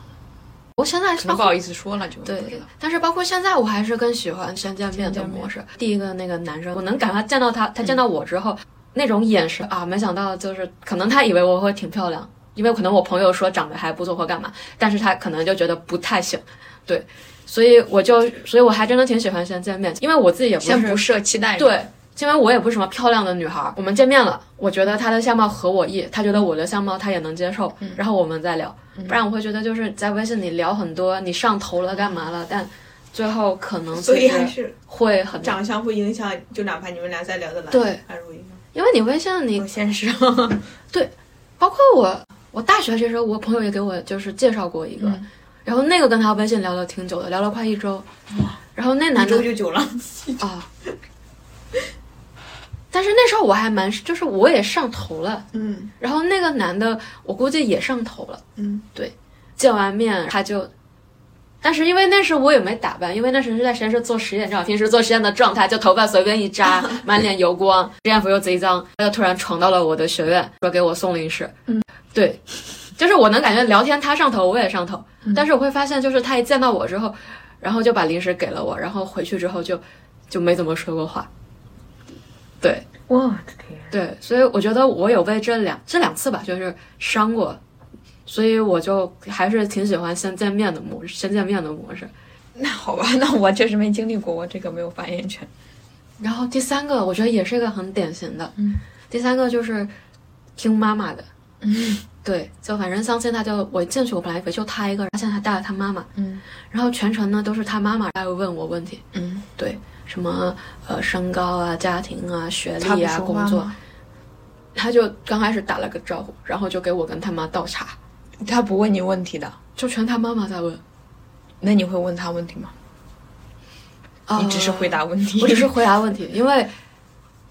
Speaker 5: 我现在
Speaker 4: 可
Speaker 5: 包
Speaker 4: 能不
Speaker 5: 括
Speaker 4: 好意思说了，就不知
Speaker 5: 对
Speaker 4: 道。，
Speaker 5: 但是包括现在，我还是更喜欢先见面的模式。第一个那个男生，我能感到见到他，他见到我之后、那种眼神啊，没想到就是可能他以为我会挺漂亮，因为可能我朋友说长得还不错或干嘛，但是他可能就觉得不太行，对，所以我就，所以我还真的挺喜欢先见面，因为我自己也不是
Speaker 4: 先不设期待，
Speaker 5: 对，因为我也不是什么漂亮的女孩儿，我们见面了，我觉得她的相貌合我意，她觉得我的相貌她也能接受，
Speaker 6: 嗯
Speaker 5: 然后我们再聊。不然我会觉得就是在微信里聊很多，你上头了干嘛了，但最后可能
Speaker 6: <laughs> 所以
Speaker 5: 其实
Speaker 6: 还是
Speaker 5: 会很
Speaker 6: 长相不影响，就哪怕你们俩再聊得来，
Speaker 5: 对，
Speaker 6: 还是不影响。
Speaker 5: 因为你微信
Speaker 6: 好
Speaker 5: 里，
Speaker 6: 现
Speaker 5: <laughs>
Speaker 6: 实。
Speaker 5: 包括我，我大学其实我朋友也给我就是介绍过一个，
Speaker 4: 嗯
Speaker 5: 然后那个跟他微信聊了挺久的，聊了快一周，然后那男
Speaker 6: 一
Speaker 5: 的
Speaker 6: 周就久了，
Speaker 5: 啊。但是那时候我还蛮，就是我也上头了，
Speaker 6: 嗯
Speaker 5: 然后那个男的，我估计也上头了。
Speaker 6: 嗯，
Speaker 5: 见完面他就，但是因为那时我也没打扮，因为那时是在实验室做实验，正好平时做实验的状态，就头发随便一扎，满脸油光，实验服又贼脏，他就突然闯到了我的学院，说给我送零食。
Speaker 4: 嗯，
Speaker 5: 对，就是我能感觉聊天他上头，我也上头，但是我会发现，就是他一见到我之后，然后就把零食给了我，然后回去之后就就没怎么说过话。对，
Speaker 1: 我的天！
Speaker 5: 对，所以我觉得我有被这两这两次吧，就是伤过，所以我就还是挺喜欢先见面的模式，先见面的模式。
Speaker 4: 那好吧，那我确实没经历过，我这个没有发言权。
Speaker 5: 然后第三个，我觉得也是一个很典型的，
Speaker 4: 嗯，
Speaker 5: 第三个就是听妈妈的，嗯，对，就反正相亲他就我进去，我本来以为就他一个人，发现他带了他妈妈，
Speaker 4: 嗯，
Speaker 5: 然后全程呢都是他妈妈在问我问题，
Speaker 4: 嗯，
Speaker 5: 对，什么呃身高啊、家庭啊、学
Speaker 4: 他不
Speaker 5: 历啊、
Speaker 4: 说
Speaker 5: 工
Speaker 4: 话
Speaker 5: 作
Speaker 4: 吗，
Speaker 5: 他就刚开始打了个招呼，然后就给我跟他妈倒茶。
Speaker 4: 他不问你问题的，
Speaker 5: 就全他妈妈在问，
Speaker 4: 那你会问他问题吗？你哦啊只是回
Speaker 5: 呃，
Speaker 4: 答问题，
Speaker 5: 我只是回答问题，因为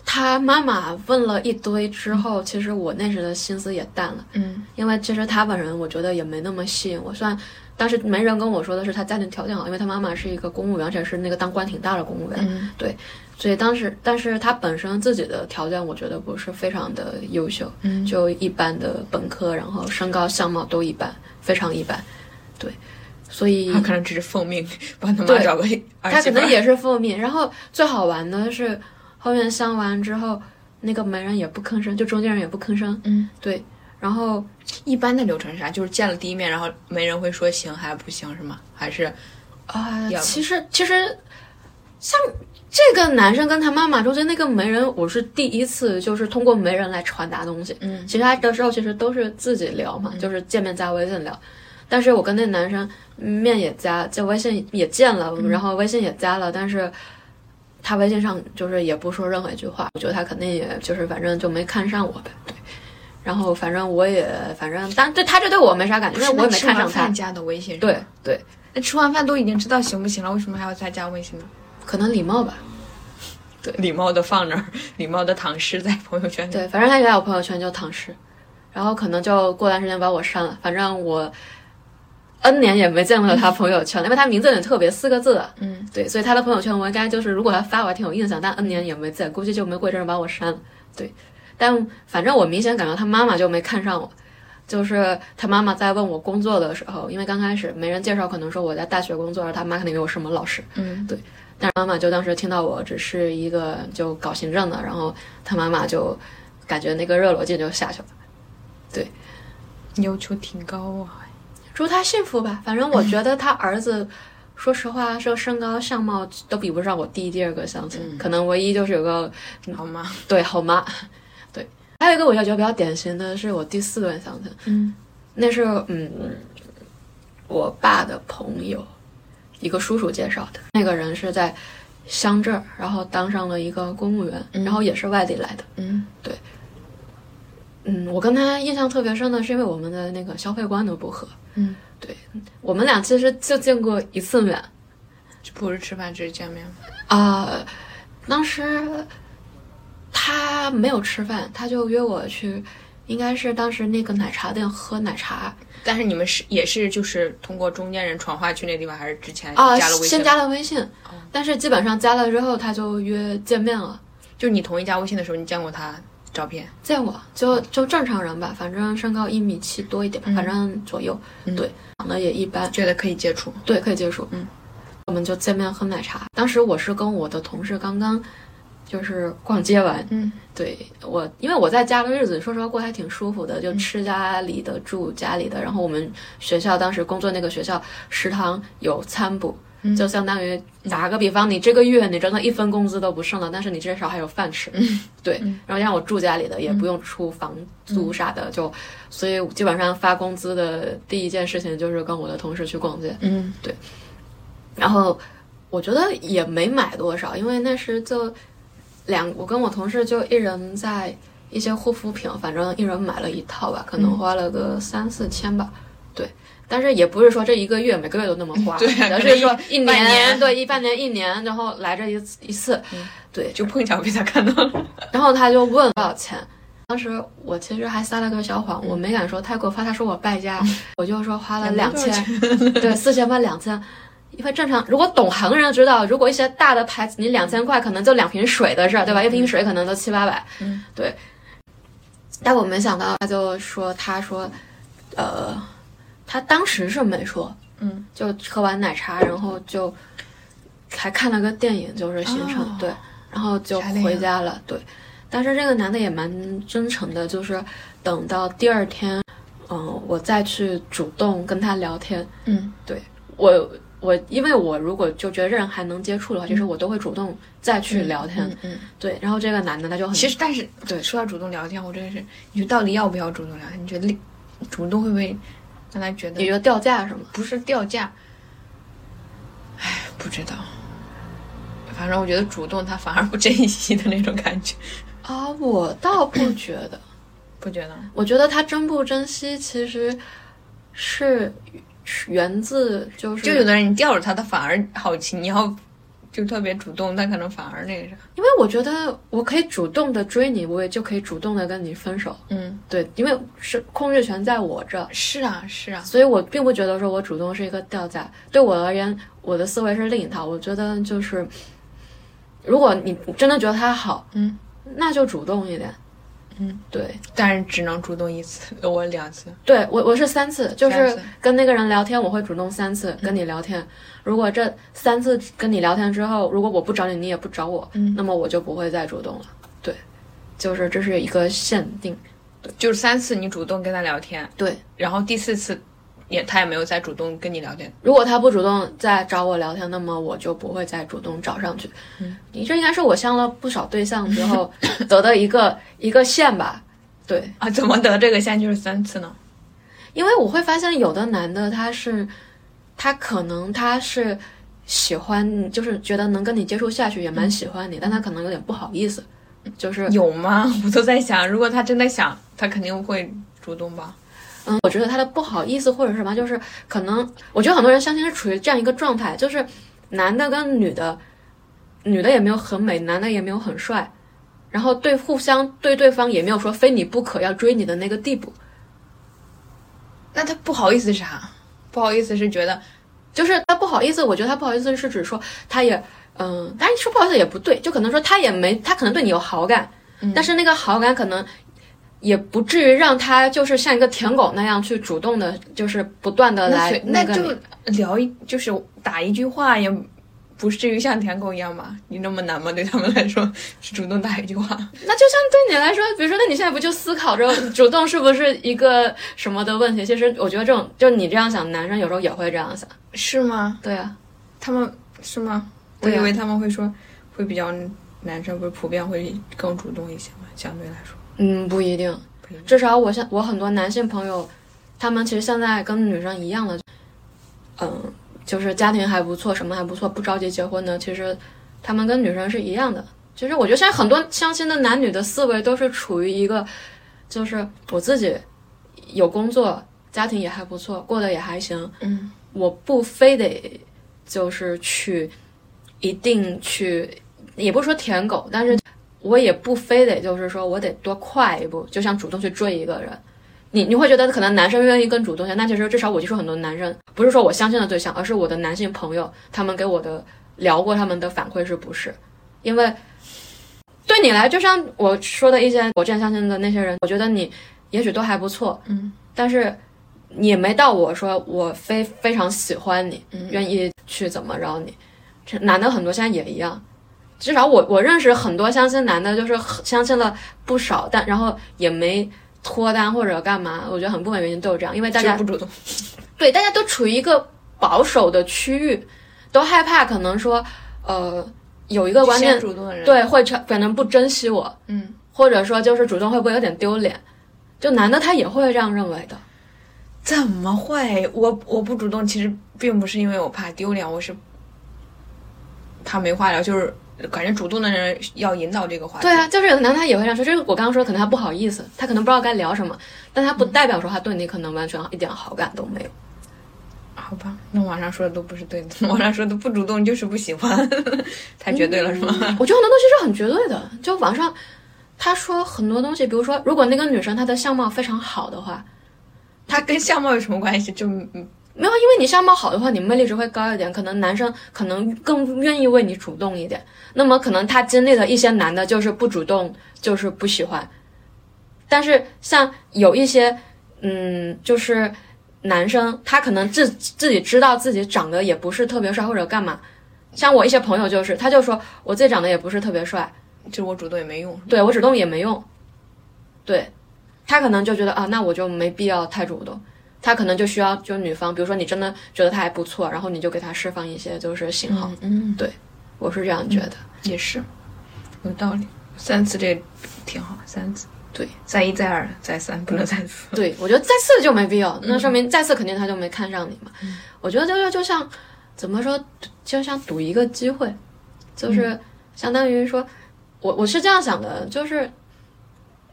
Speaker 5: 他妈妈问了一堆之后，其实我那时的心思也淡了，
Speaker 4: <laughs> 嗯
Speaker 5: 因为其实他本人我觉得也没那么吸引我，虽然。当时没人跟我说的是他家庭条件好，因为他妈妈是一个公务员，而且是那个当官挺大的公务员，
Speaker 4: 嗯
Speaker 5: 所以当时，但是他本身自己的条件我觉得不是非常的优秀，
Speaker 4: 嗯
Speaker 5: 就一般的本科，然后身高相貌都一般，非常一般，对，所以
Speaker 4: 他可能只是奉命帮嗯他妈
Speaker 5: 对
Speaker 4: 找个儿
Speaker 5: 他
Speaker 4: 媳
Speaker 5: 可
Speaker 4: 妇儿
Speaker 5: 能也是负面。然后最好玩的是，后面相完之后，那个媒人也不吭声，就中间人也不吭声。
Speaker 4: 嗯，
Speaker 5: 对。然后
Speaker 4: 一般的流程是啥？就是见了第一面，然后没人会说行还不行是吗？还是
Speaker 5: 啊、
Speaker 4: 要不
Speaker 5: 其实其实像这个男生跟他妈妈中间那个媒人，我是第一次就是通过媒人来传达东西。
Speaker 4: 嗯
Speaker 5: 其他的时候其实都是自己聊嘛，就是见面加微信聊。但是我跟那男生面也加，就微信也见了，
Speaker 4: 嗯
Speaker 5: 然后微信也加了，但是他微信上就是也不说任何一句话，我觉得他肯定也就是反正就没看上我呗，对。然后反正我也反正，但对他这对我没啥感觉，因为我也没看上他。
Speaker 4: 加的微信，
Speaker 5: 对对，
Speaker 4: 那吃完饭都已经知道行不行了，为什么还要再加微信呢？
Speaker 5: 可能礼貌吧。
Speaker 4: 礼貌的放那儿，礼貌的躺尸在朋友圈里。
Speaker 5: 对，反正他原来我朋友圈就唐诗，然后可能就过段时间把我删了。反正我 N 年也没见过他朋友圈了，因为他名字有点特别，四个字的。
Speaker 4: 嗯，
Speaker 5: 对，所以他的朋友圈我应该就是，如果他发我还挺有印象，但 N 年也没见，估计就没过一阵儿把我删了。对，但反正我明显感觉他妈妈就没看上我。就是他妈妈在问我工作的时候，因为刚开始没人介绍，可能说我在大学工作，然后他妈肯定以为我是什么老师，
Speaker 4: 嗯，
Speaker 5: 但是妈妈就当时听到我只是一个就搞行政的，然后他妈妈就感觉那个热罗劲就下去了，
Speaker 4: 要求挺高啊。
Speaker 5: 祝他幸福吧。反正我觉得他儿子，说实话，这身高相貌都比不上我第一、第二个相亲，可能唯一就是有个
Speaker 4: 好吗？
Speaker 5: 对好妈，对。还有一个我觉得比较典型的是我第四段相亲，
Speaker 4: 嗯，
Speaker 5: 那是嗯我爸的朋友，一个叔叔介绍的，那个人是在乡镇儿，然后当上了一个公务员，然后也是外地来的。
Speaker 4: 嗯
Speaker 5: 嗯，我跟他印象特别深的是因为我们的那个消费观都不合。
Speaker 4: 嗯，
Speaker 5: 对，我们俩其实就见过一次面
Speaker 4: 就不是吃饭，只是见面。
Speaker 5: 啊、当时他没有吃饭，他就约我去应该是当时那个奶茶店喝奶茶
Speaker 4: 但是你们是也是就是通过中间人传话去那地方，还是之前
Speaker 5: 啊，
Speaker 4: 哎加了微信？哦
Speaker 5: 先加了微信，但是基本上加了之后他就约见面了，
Speaker 4: 就是你同意加微信的时候，你见过他照片？
Speaker 5: 见我就就正常人吧，反正身高一米七多一点
Speaker 4: 嗯
Speaker 5: 吧，反正左右，对，长得也一般，
Speaker 4: 觉得可以接触？
Speaker 5: 对，可以接触。
Speaker 4: 嗯，
Speaker 5: 我们就见面喝奶茶。当时我是跟我的同事刚刚就是逛街完，
Speaker 4: 嗯，
Speaker 5: 对我，因为我在家的日子，说实话过得还挺舒服的，就吃家里的，住家里的。然后我们学校当时工作那个学校食堂有餐补。就相当于打个比方，你这个月你真的一分工资都不剩了，但是你至少还有饭吃，对。然后让我住家里的，也不用出房租啥的，就所以基本上发工资的第一件事情就是跟我的同事去逛街，
Speaker 4: 嗯，
Speaker 5: 然后我觉得也没买多少，因为那时就两，我跟我同事就一人在一些护肤品，反正一人买了一套吧，可
Speaker 4: 嗯
Speaker 5: 能花了个三四千吧，对。但是也不是说这一个月每个月都那么
Speaker 4: <laughs>
Speaker 5: 花，
Speaker 4: 对啊
Speaker 5: 而
Speaker 4: 可能
Speaker 5: 是
Speaker 4: 一
Speaker 5: 说一
Speaker 4: 半
Speaker 5: 年
Speaker 4: 年
Speaker 5: 对一半年一年，然后来这一次一次，对，
Speaker 4: 就碰巧被他看到了。
Speaker 5: 然后他就问多少钱。当时我其实还撒了个小谎，我没敢说太过分，他说我败家，
Speaker 4: 嗯
Speaker 5: 我就说花了两千，对，四千万两千。因为正常，如果懂行人知道，如果一些大的牌子，你两千块可能就两瓶水的事儿，对吧？一瓶水可能都七八百，
Speaker 4: 嗯
Speaker 5: 对。但我没想到，他就说，他说，呃，他当时是没说，
Speaker 4: 嗯，
Speaker 5: 就喝完奶茶，然后就还看了个电影，就是行程、
Speaker 4: 哦
Speaker 5: 对，然后就
Speaker 4: 啥电影
Speaker 5: 回家了，对。但是这个男的也蛮真诚的，就是等到第二天，嗯、我再去主动跟他聊天，
Speaker 4: 嗯，
Speaker 5: 我我因为我如果就觉得这人还能接触的话，其实我都会主动再去聊天，
Speaker 4: 嗯嗯。
Speaker 5: 对。然后这个男的他就很
Speaker 4: 其实，但是
Speaker 5: 对
Speaker 4: 说到主动聊天，我真的是，你觉得到底要不要主动聊天？你觉得立主动会不会让他觉
Speaker 5: 也
Speaker 4: 得
Speaker 5: 就掉价是吗？
Speaker 4: 不是掉价？哎，不知道。反正我觉得主动他反而不珍惜的那种感觉，
Speaker 5: 啊，我倒不觉得，
Speaker 4: 不觉得？
Speaker 5: 我觉得他珍不珍惜其实是是源自就是
Speaker 4: 就有的人你吊着他，他反而好奇，你要就特别主动，他可能反而那个啥。
Speaker 5: 因为我觉得我可以主动的追你，我也就可以主动的跟你分手。
Speaker 4: 嗯，
Speaker 5: 对，因为是控制权在我这，
Speaker 4: 是啊，是啊，
Speaker 5: 所以我并不觉得说我主动是一个掉价。对我而言，我的思维是另一套。我觉得就是，如果你真的觉得他好，
Speaker 4: 嗯，
Speaker 5: 那就主动一点。
Speaker 4: 嗯，
Speaker 5: 对，
Speaker 4: 但是只能主动一次，我两次。
Speaker 5: 对我我是三次，就
Speaker 4: 三
Speaker 5: 是
Speaker 4: 次嗯
Speaker 5: 跟那个人聊天，我会主动三次跟你聊天。如果这三次跟你聊天之后，如果我不找你，你也不找我，
Speaker 4: 嗯
Speaker 5: 那么我就不会再主动了。对，就是这是一个限定。
Speaker 4: 就是三次你主动跟他聊天，
Speaker 5: 对，
Speaker 4: 然后第四次也他也没有再主动跟你聊天，
Speaker 5: 如果他不主动再找我聊天，那么我就不会再主动找上去。
Speaker 4: 嗯，
Speaker 5: 你这应该是我相了不少对象之后得的一个一个线吧？对，
Speaker 4: 啊，怎么得这个线就是三次呢？
Speaker 5: 因为我会发现有的男的他是，他可能他是喜欢你，就是觉得能跟你接触下去也蛮喜欢你，但他可能有点不好意思，就是
Speaker 4: 有吗？ <laughs> 我都在想，如果他真的想，他肯定会主动吧。
Speaker 5: 嗯，我觉得他的不好意思或者什么，就是可能我觉得很多人相亲是处于这样一个状态，就是男的跟女的，女的也没有很美，男的也没有很帅，然后对互相对对方也没有说非你不可要追你的那个地步，
Speaker 4: 那他不好意思是啥？不好意思是觉得
Speaker 5: 就是他不好意思，我觉得他不好意思是指说他也嗯、当然说不好意思也不对，就可能说他也没他可能对你有好感，
Speaker 4: 嗯
Speaker 5: 但是那个好感可能。也不至于让他就是像一个舔狗那样去主动的，就是不断的
Speaker 4: 那
Speaker 5: 来
Speaker 4: 随
Speaker 5: 那
Speaker 4: 呃那
Speaker 5: 个你
Speaker 4: 就聊一就是打一句话也。不至于像舔狗一样吧？你那么难吗？对他们来说，是主动打一句话，
Speaker 5: 那就像对你来说，比如说，那你现在不就思考着主动是不是一个什么的问题？其实我觉得这种，就你这样想，男生有时候也会这样想。
Speaker 4: 是吗？
Speaker 5: 对啊，
Speaker 4: 他们是吗？我
Speaker 5: 对
Speaker 4: 以
Speaker 5: 啊
Speaker 4: 为他们会说，会比较男生不是普遍会更主动一些嘛，相对来说。
Speaker 5: 嗯，不一定
Speaker 4: 不一定。
Speaker 5: 至少我现我很多男性朋友，他们其实现在跟女生一样的，嗯，就是家庭还不错，什么还不错，不着急结婚的。其实他们跟女生是一样的。其实我觉得现在很多相亲的男女的思维都是处于一个，就是我自己有工作，家庭也还不错，过得也还行，
Speaker 4: 嗯，
Speaker 5: 我不非得就是去一定去，也不是说舔狗，但是我也不非得就是说我得多快一步，就像主动去追一个人。你你会觉得可能男生愿意更主动些，那其实至少我接触很多男生，不是说我相亲的对象，而是我的男性朋友，他们给我的聊过他们的反馈是不是？因为对你来，就像我说的一些我之前相亲的那些人，我觉得你也许都还不错，
Speaker 4: 嗯，
Speaker 5: 但是你也没到我说我非非常喜欢你，
Speaker 4: 嗯
Speaker 5: 愿意去怎么着你。这男的很多现在也一样，至少我我认识很多相亲男的，就是很相亲了不少，但然后也没脱单或者干嘛，我觉得很部分原因都有这样，因为大
Speaker 4: 就
Speaker 5: 家
Speaker 4: 不主动，
Speaker 5: 对大家都处于一个保守的区域，都害怕可能说呃有一个观
Speaker 4: 先
Speaker 5: 念
Speaker 4: 主动的人，
Speaker 5: 对会成可能不珍惜我，
Speaker 4: 嗯，
Speaker 5: 或者说就是主动会不会有点丢脸？就男的他也会这样认为的，
Speaker 4: 怎么会？我我不主动，其实并不是因为我怕丢脸，我是怕没话聊，就是感觉主动的人要引导这个话题。
Speaker 5: 对啊，就是有的男的他也会这样说，就是我刚刚说，可能他不好意思，他可能不知道该聊什么，但他不代表说他对你可能完全一点好感都没有。
Speaker 4: 好吧，那网上说的都不是对的， <laughs> 网上说的不主动就是不喜欢， <laughs> 太绝对了、是吗？
Speaker 5: 我觉得很多东西是很绝对的，就网上他说很多东西，比如说如果那个女生她的相貌非常好的话，
Speaker 4: 它跟相貌有什么关系？就嗯
Speaker 5: 没有，因为你相貌好的话，你魅力值会高一点，可能男生可能更愿意为你主动一点。那么可能他经历了一些男的，就是不主动，就是不喜欢。但是像有一些，嗯，就是男生他可能自自己知道自己长得也不是特别帅或者干嘛。像我一些朋友就是，他就说我自己长得也不是特别帅，
Speaker 4: 就我主动也没用。
Speaker 5: 对我主动也没用。对，他可能就觉得啊，那我就没必要太主动，他可能就需要就女方，比如说你真的觉得他还不错，然后你就给他释放一些就是信号，
Speaker 4: 嗯，
Speaker 5: 我是这样觉得。
Speaker 4: 也是，有道理。三次这挺好，三次。
Speaker 5: 对，
Speaker 4: 再一再二再三，不能再四。
Speaker 5: 对，我觉得再次就没必要，那
Speaker 4: 嗯
Speaker 5: 说明再次肯定他就没看上你嘛。我觉得就是就像怎么说，就像赌一个机会，就是
Speaker 4: 嗯
Speaker 5: 相当于说，我我是这样想的，就是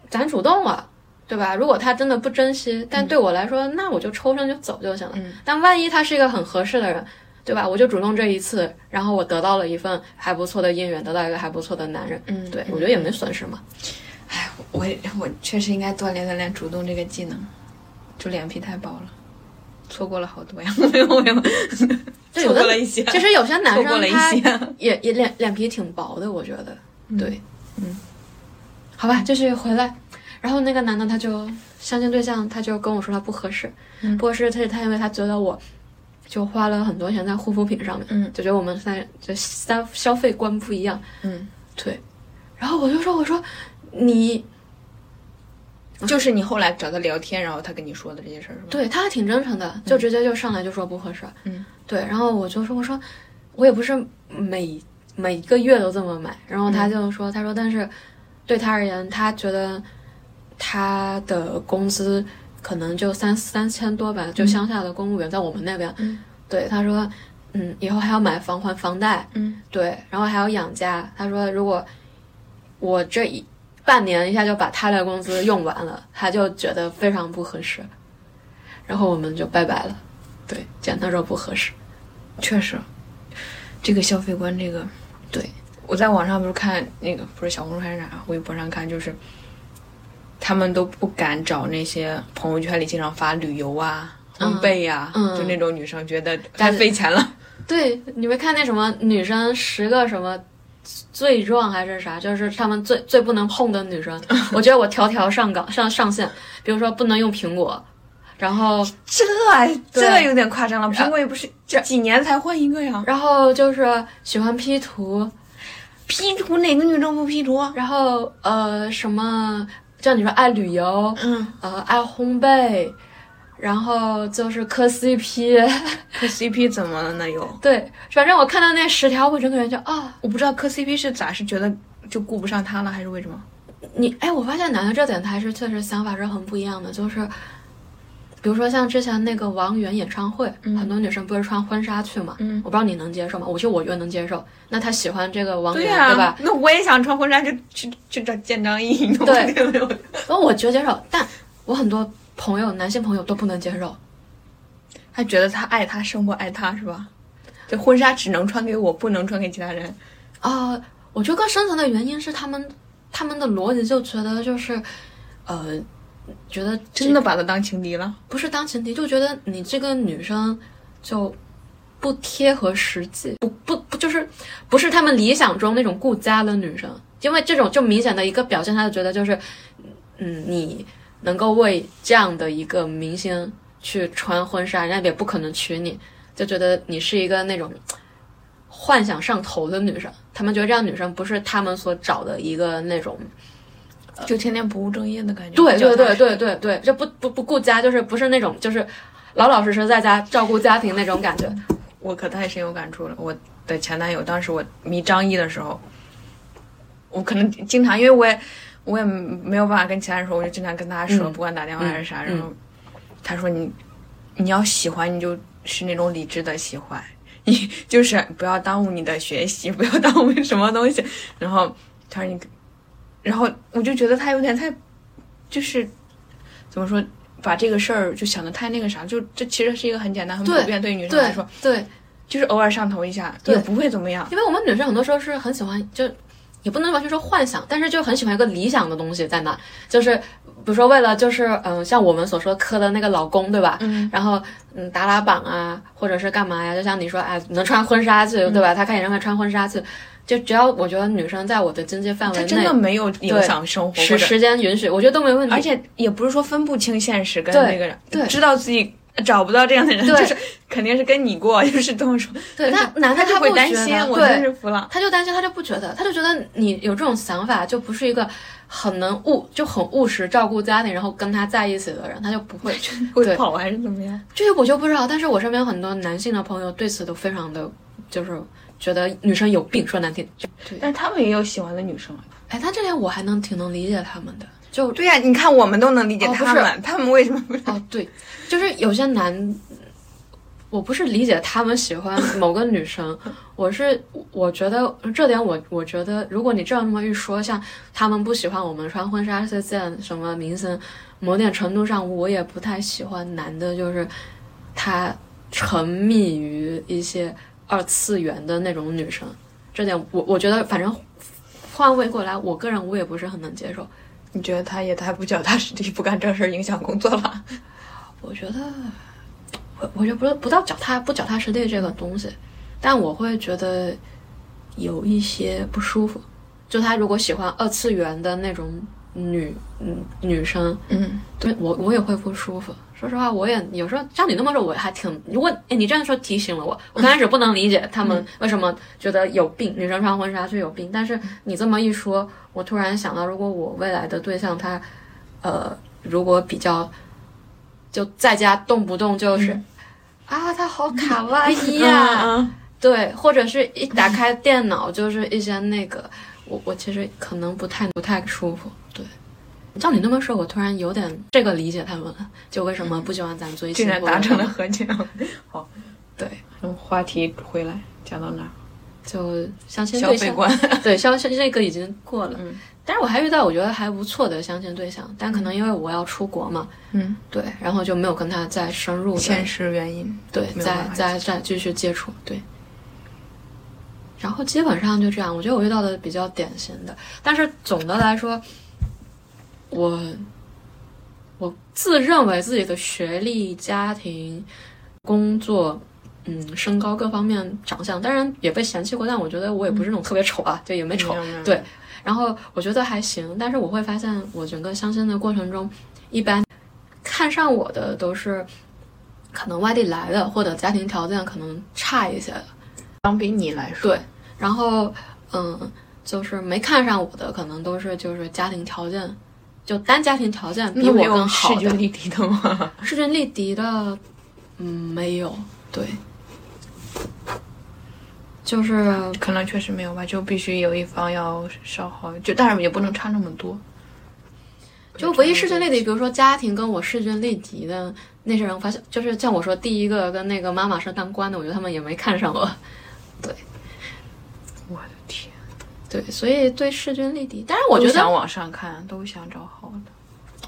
Speaker 5: 咱主动了。对吧？如果他真的不珍惜，但对我来说，那我就抽身就走就行了。
Speaker 4: 嗯
Speaker 5: 但万一他是一个很合适的人，对吧？我就主动这一次，然后我得到了一份还不错的姻缘，得到一个还不错的男人，
Speaker 4: 嗯
Speaker 5: 对我觉得也没损失嘛。
Speaker 4: 哎我我确实应该锻炼锻炼主动这个技能，就脸皮太薄了，错过了好多呀， <laughs> 没有没有，
Speaker 5: 就
Speaker 4: 错过
Speaker 5: 有的
Speaker 4: 了一些，
Speaker 5: 其实有些男
Speaker 4: 错过了
Speaker 5: 生
Speaker 4: 一
Speaker 5: 他
Speaker 4: 些。
Speaker 5: 也也脸脸皮挺薄的，我觉得，对，
Speaker 4: 嗯，
Speaker 5: 好吧，就是回来，然后那个男的他就相亲对象，他就跟我说他不合适，
Speaker 4: 嗯
Speaker 5: 不合适，他他因为他觉得我就花了很多钱在护肤品上面，
Speaker 4: 嗯
Speaker 5: 就觉得我们三就三消费观不一样，
Speaker 4: 嗯，
Speaker 5: 对，然后我就说我说你
Speaker 4: 就是你后来找他聊天，然后他跟你说的这些事儿是吗？，
Speaker 5: 对他还挺真诚的，就直接就上来就说不合适。
Speaker 4: 嗯，
Speaker 5: 对，然后我就说我说我也不是每每个月都这么买，然后
Speaker 4: 嗯
Speaker 5: 他就说、他说但是对他而言，他觉得他的工资可能就三三千多吧，就乡下的公务员在我们那边，
Speaker 4: 嗯
Speaker 5: 对他说嗯以后还要买房还房贷，
Speaker 4: 嗯
Speaker 5: 对，然后还要养家，他说如果我这一。半年一下就把他的工资用完了，他就觉得非常不合适，然后我们就拜拜了。对，简单说不合适。
Speaker 4: 确实，这个消费观，这个
Speaker 5: 对，
Speaker 4: 我在网上不是看那个，不是小红书还是啥，微博上看，就是他们都不敢找那些朋友圈里经常发旅游啊、
Speaker 5: 嗯
Speaker 4: 烘焙呀、
Speaker 5: 嗯
Speaker 4: 就那种女生觉得太
Speaker 5: 但是
Speaker 4: 费钱了。
Speaker 5: 对，你没看那什么女生十个什么罪状还是啥，就是他们最最不能碰的女 <laughs> 生。我觉得我条条上岗上上线，比如说不能用苹果，然后
Speaker 4: <laughs> 这这
Speaker 5: 对
Speaker 4: 有点夸张了，苹果也不是这几年才换一个呀。
Speaker 5: 然后就是喜欢 P 图，
Speaker 4: P 图哪个女生不 P 图？啊
Speaker 5: 然后呃什么，像你说爱旅游，
Speaker 4: 嗯，
Speaker 5: 呃爱烘焙，然后就是磕 CP，
Speaker 4: 磕 CP 怎么了呢？又
Speaker 5: <laughs> 对，反正我看到那十条，我整个人就啊、
Speaker 4: 我不知道磕 CP 是咋，是觉得就顾不上他了，还是为什么？
Speaker 5: 你哎，我发现男的这点他还是确实想法是很不一样的，就是，比如说像之前那个王源演唱会，
Speaker 4: 嗯
Speaker 5: 很多女生不是穿婚纱去嘛，
Speaker 4: 嗯
Speaker 5: 我不知道你能接受吗？我觉得我越能接受。那他喜欢这个王
Speaker 4: 对啊
Speaker 5: 源，对,、
Speaker 4: 呀、
Speaker 5: 吧？
Speaker 4: 那我也想穿婚纱，就去去找见张译， <laughs> 你懂吗
Speaker 5: 对
Speaker 4: 没有？
Speaker 5: 然哦后我觉得接受，但我很多朋友，男性朋友都不能接受。
Speaker 4: 他觉得他爱他胜过爱他是吧？这婚纱只能穿给我，不能穿给其他人。
Speaker 5: 啊、我觉得更深层的原因是他们他们的逻辑就觉得就是，呃，觉得这
Speaker 4: 真的把他当情敌了。
Speaker 5: 不是当前提，就觉得你这个女生就不贴合实际，不不不，就是不是他们理想中那种顾家的女生，因为这种就明显的一个表现，他就觉得就是，嗯，你能够为这样的一个明星去穿婚纱，人家也不可能娶你，就觉得你是一个那种。幻想上头的女生，他们觉得这样女生不是他们所找的一个那种
Speaker 4: 就天天不务正业的感觉。
Speaker 5: 对对
Speaker 4: 脚踏
Speaker 5: 对
Speaker 4: 实
Speaker 5: 对对对，就不不不顾家，就是不是那种就是老老实实在家照顾家庭那种感觉。
Speaker 4: 嗯我可太深有感触了。我的前男友当时我迷张译的时候，我可能经常因为我也我也没有办法跟其他人说，我就经常跟他说，
Speaker 2: 嗯
Speaker 4: 不管打电话还是啥，
Speaker 2: 嗯
Speaker 4: 然后他说你你要喜欢你就是那种理智的喜欢，你就是不要耽误你的学习，不要耽误什么东西。然后他说你，然后我就觉得他有点太就是怎么说。把这个事儿就想的太那个啥，就这其实是一个很简单、很普
Speaker 5: 对
Speaker 4: 遍对于女生来
Speaker 5: 对
Speaker 4: 说，
Speaker 5: 对，
Speaker 4: 就是偶尔上头一下，
Speaker 5: 对
Speaker 4: 也不会怎么样。
Speaker 5: 因为我们女生很多时候是很喜欢，就也不能完全说幻想，但是就很喜欢一个理想的东西在那，就是比如说为了就是嗯、像我们所说磕的那个老公，对吧？
Speaker 4: 嗯，
Speaker 5: 然后嗯打打榜啊，或者是干嘛呀？就像你说，哎，能穿婚纱去，
Speaker 4: 嗯
Speaker 5: 对吧？他看演唱会穿婚纱去，就只要我觉得女生在我的经济范
Speaker 4: 他
Speaker 5: 围
Speaker 4: 真
Speaker 5: 内
Speaker 4: 的，没有影响生活，
Speaker 5: 时
Speaker 4: 或者
Speaker 5: 时间允许，我觉得都没问题。
Speaker 4: 而且也不是说分不清现实跟
Speaker 5: 对
Speaker 4: 那个人，
Speaker 5: 对
Speaker 4: 知道自己找不到这样的人，
Speaker 5: 对
Speaker 4: 就是肯定是跟你过， <laughs> 就是这么说。
Speaker 5: 对
Speaker 4: 但
Speaker 5: 他
Speaker 4: 是
Speaker 5: 男的
Speaker 4: 他就
Speaker 5: 不
Speaker 4: 会担
Speaker 5: 觉得
Speaker 4: 心，我
Speaker 5: 对
Speaker 4: 真是服了。
Speaker 5: 他就担心，他就不觉得，他就觉得你有这种想法，就不是一个很能务就很务实照顾家庭，然后跟他在一起的人，他就不会。
Speaker 4: <laughs> 会
Speaker 5: 对
Speaker 4: 跑还是怎么样？
Speaker 5: 这些我就不知道，但是我身边很多男性的朋友对此都非常的，就是觉得女生有病，说难听。就
Speaker 4: 但是他们也有喜欢的女生啊。
Speaker 5: 哎，他这点我还能挺能理解他们的，就
Speaker 4: 对呀、你看我们都能理解
Speaker 5: 哦不
Speaker 4: 他
Speaker 5: 是
Speaker 4: 们，他们为什么不是？
Speaker 5: 哦，对，就是有些男，我不是理解他们喜欢某个女生，我是我觉得这点我我觉得，如果你这样这么一说，像他们不喜欢我们穿婚纱这件什么明星，某点程度上我也不太喜欢男的，就是他沉迷于一些二次元的那种女生，这点我我觉得反正。换位过来，我个人我也不是很能接受。
Speaker 4: <laughs> 你觉得他也太不脚踏 <laughs> 实地，不干正事儿，影响工作了？
Speaker 5: 我觉得，我我觉得不是不到脚踏不脚踏实地这个东西，但我会觉得有一些不舒服。就他如果喜欢二次元的那种女嗯女生，
Speaker 4: <laughs> 嗯，
Speaker 5: 对我我也会不舒服。说实话，我也有时候像你那么说，我还挺如果哎你这样说提醒了我，我刚开始不能理解他们为什么觉得有病，女生穿婚纱就有病。但是你这么一说，我突然想到，如果我未来的对象他，呃，如果比较就在家动不动就是、啊，他好卡哇伊
Speaker 4: 嗯
Speaker 5: 呀、对，或者是一打开电脑就是一些那个，我我其实可能不太不太舒服。对，照你那么说，我突然有点这个理解他们了，就为什么不喜欢咱追星，
Speaker 4: 竟然达成了和解。好，
Speaker 5: 对，
Speaker 4: 然后话题回来讲到哪儿？
Speaker 5: 就相亲
Speaker 4: 消
Speaker 5: 对
Speaker 4: 费
Speaker 5: 象，
Speaker 4: 观。
Speaker 5: 对相亲这个已经过了。
Speaker 4: 嗯
Speaker 5: 但是我还遇到我觉得还不错的相亲对象，但可能因为我要出国嘛，
Speaker 4: 嗯，
Speaker 5: 对，然后就没有跟他再深入的
Speaker 4: 现实原因。
Speaker 5: 对，
Speaker 4: 没有办
Speaker 5: 再
Speaker 4: 法
Speaker 5: 再再继续接触，对。然后基本上就这样，我觉得我遇到的比较典型的，但是总的来说，我我自认为自己的学历、家庭、工作，嗯，身高各方面、长相，当然也被嫌弃过，但我觉得我也不是那种特别丑啊，就也没丑
Speaker 4: 没有没有，
Speaker 5: 对。然后我觉得还行，但是我会发现，我整个相亲的过程中，一般看上我的都是可能外地来的，或者家庭条件可能差一些的。
Speaker 4: 相比你来说，
Speaker 5: 对，然后嗯，就是没看上我的，可能都是就是家庭条件，就单家庭条件比
Speaker 4: 你
Speaker 5: 我
Speaker 4: 没有
Speaker 5: 更好
Speaker 4: 势
Speaker 5: 的
Speaker 4: 均，力敌的吗？
Speaker 5: 势均力敌的，嗯，没有，对，就是
Speaker 4: 可能确实没有吧，就必须有一方要稍好，就但是也不能差那么多。
Speaker 5: 就唯一势均力敌，比如说家庭跟我势均力敌的那些人，我发现就是像我说第一个跟那个妈妈是当官的，我觉得他们也没看上我。
Speaker 4: 我的天，
Speaker 5: 对，所以对势均力敌，但是我
Speaker 4: 我嗯
Speaker 5: 觉
Speaker 4: 就
Speaker 5: 得
Speaker 4: 想往上看，都想找好的。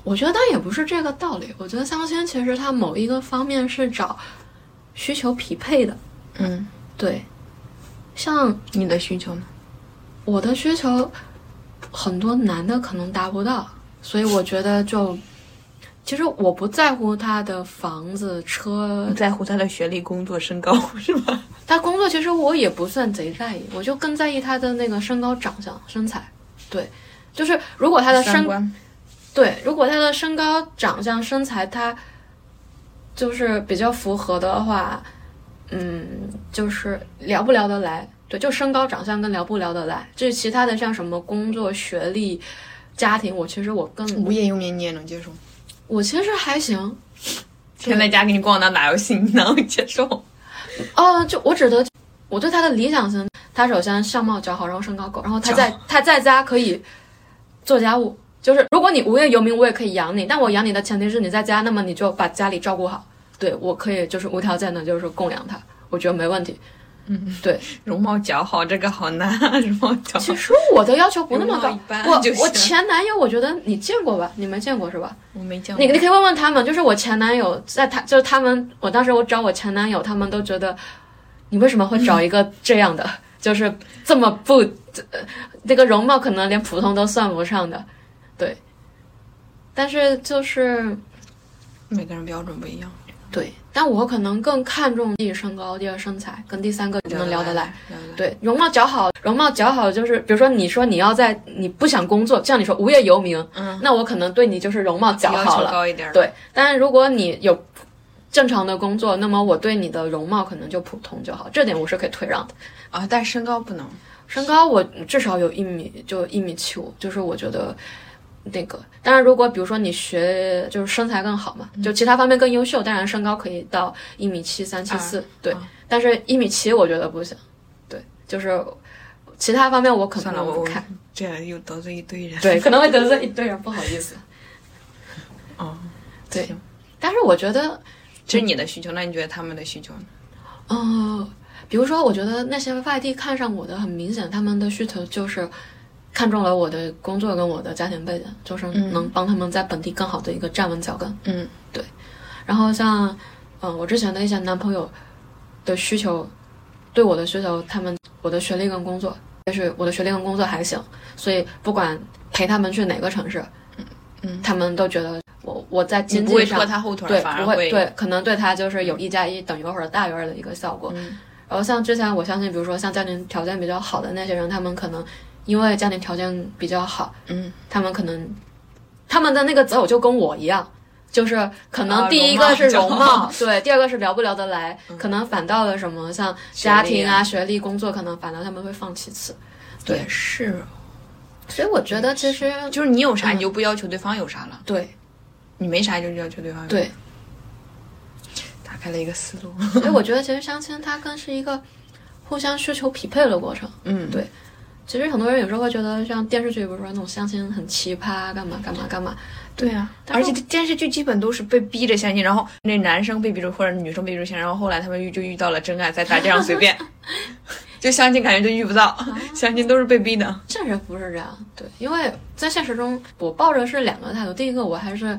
Speaker 5: 我觉得倒也不是这个道理。我觉得相亲其实它某一个方面是找需求匹配的，
Speaker 4: 嗯，
Speaker 5: 对。像
Speaker 4: 你的需求呢？
Speaker 5: 我的需求，很多男的可能达不到，所以我觉得就，其实我不在乎他的房子、车
Speaker 4: 不，在乎他的学历、工作、身高，是吧？
Speaker 5: 他工作其实我也不算贼在意，我就更在意他的那个身高、长相、身材。对，就是如果他的身
Speaker 4: 三观
Speaker 5: 对，如果他的身高、长相、身材，他就是比较符合的话，嗯，就是聊不聊得来，对，就身高、长相跟聊不聊得来，至于其他的像什么工作、学历、家庭，我其实我更
Speaker 4: 无业游民你也能接受？
Speaker 5: 我其实还行。
Speaker 4: 天天在家给你逛荡打游戏，你能接受？
Speaker 5: 哦，就我指的，我对他的理想型，他首先相貌姣好，然后身高够，然后他在他在家可以做家务，就是如果你无业游民，我也可以养你，但我养你的前提是你在家，那么你就把家里照顾好。对我可以就是无条件的，就是供养他，我觉得没问题。
Speaker 4: 容貌姣好这个好难，容貌姣
Speaker 5: 其
Speaker 4: 好。
Speaker 5: 实我的要求不那
Speaker 4: <laughs>
Speaker 5: 么
Speaker 4: 容貌一
Speaker 5: 高
Speaker 4: 般，
Speaker 5: 我
Speaker 4: 就行
Speaker 5: 我前男友，我觉得你见过吧？你没见过是吧？
Speaker 4: 我没见过
Speaker 5: 你你可以问问他们，就是我前男友在他就是他们，我当时我找我前男友，他们都觉得你为什么会找一
Speaker 4: <laughs>
Speaker 5: 个这样的，就是这么不呃那个容貌可能连普通都算不上的，对。但是就是
Speaker 4: 每个人标准不一样，
Speaker 5: 对，但我可能更看重第一身高，第二身材，跟第三个能聊得来。，
Speaker 4: 聊得来。
Speaker 5: 对，容貌姣好，容貌姣好就是，比如说你说你要在你不想工作，像你说无业游民，
Speaker 4: 嗯，
Speaker 5: 那我可能对你就是容貌姣
Speaker 4: 要
Speaker 5: 好
Speaker 4: 求
Speaker 5: 了。
Speaker 4: 高一点。，
Speaker 5: 对，但是如果你有正常的工作，那么我对你的容貌可能就普通就好，这点我是可以退让的。
Speaker 4: 啊，但身高不能。
Speaker 5: 身高我至少有一米，就一米七五，就是我觉得那个。当然，如果比如说你学就是身材更好嘛，就其他方面更优秀，当然身高可以到一米七三、七四，对。
Speaker 4: 啊
Speaker 5: 但是，一米七我觉得不行，对，就是其他方面我可
Speaker 4: 算
Speaker 5: 能
Speaker 4: 了，我
Speaker 5: 不
Speaker 4: 我
Speaker 5: 看， <laughs>
Speaker 4: 这样又得罪一堆人。
Speaker 5: 对，可能会得罪一堆人，不好意思。
Speaker 4: 哦，
Speaker 5: 对
Speaker 4: 行，
Speaker 5: 但是我觉得
Speaker 4: 这是你的需求，那你觉得他们的需求呢？
Speaker 5: 哦，比如说，我觉得那些外地看上我的，很明显他们的需求就是看中了我的工作跟我的家庭背景，就是
Speaker 4: 嗯
Speaker 5: 能帮他们在本地更好的一个站稳脚跟。
Speaker 4: 嗯，
Speaker 5: 对。然后像嗯、呃我之前的一些男朋友的需求，对我的需求，他们我的学历跟工作，但是我的学历跟工作还行，所以不管陪他们去哪个城市，
Speaker 4: 嗯
Speaker 5: 他们都觉得我我在
Speaker 4: 你
Speaker 5: 经
Speaker 4: 不会
Speaker 5: 济上
Speaker 4: 拖他后腿儿，
Speaker 5: 嗯对，
Speaker 4: 反
Speaker 5: 不
Speaker 4: 而
Speaker 5: 会对，可能对他就是有一加一等于二或者大于二的一个效果。
Speaker 4: 嗯
Speaker 5: 然后像之前我相信，比如说像家庭条件比较好的那些人，他们可能因为家庭条件比较好，
Speaker 4: 嗯，
Speaker 5: 他们可能他们的那个择偶就跟我一样。就是可
Speaker 4: 啊
Speaker 5: 能第一
Speaker 4: 容貌
Speaker 5: 个是
Speaker 4: 就嗯
Speaker 5: 容貌，对，第二个是聊不聊得来，可能反倒了什么像
Speaker 4: 学
Speaker 5: 家
Speaker 4: 历
Speaker 5: 庭
Speaker 4: 啊
Speaker 5: 啊、学历、工作，可能反倒他们会放其次。对
Speaker 4: 也是，哦
Speaker 5: 所以我觉得其实就
Speaker 4: 就是你有啥
Speaker 5: 嗯
Speaker 4: 你就不要求对方有啥了，
Speaker 5: 对
Speaker 4: 你没啥就要求对方有。，
Speaker 5: 对，
Speaker 4: 打开了一个思路。
Speaker 5: 所以我觉得其实相亲它更是一个互相需求匹配的过程。
Speaker 4: 嗯，
Speaker 5: 对其实很多人有时候会觉得，像电视剧不是说那种相亲很奇葩，干嘛干嘛干嘛，
Speaker 4: 对啊，
Speaker 5: 但
Speaker 4: 而
Speaker 5: 是
Speaker 4: 且电视剧基本都是被逼着相亲，然后那男生被逼着或者女生被逼着相亲，然后后来他们遇就遇到了真爱，在大街上随
Speaker 5: <laughs>
Speaker 4: 便，就相亲感觉就遇不到，
Speaker 5: 哦
Speaker 4: <laughs> 相亲都是被逼的。
Speaker 5: 现实不是这样。对，因为在现实中，我抱着是两个态度。第一个，我还是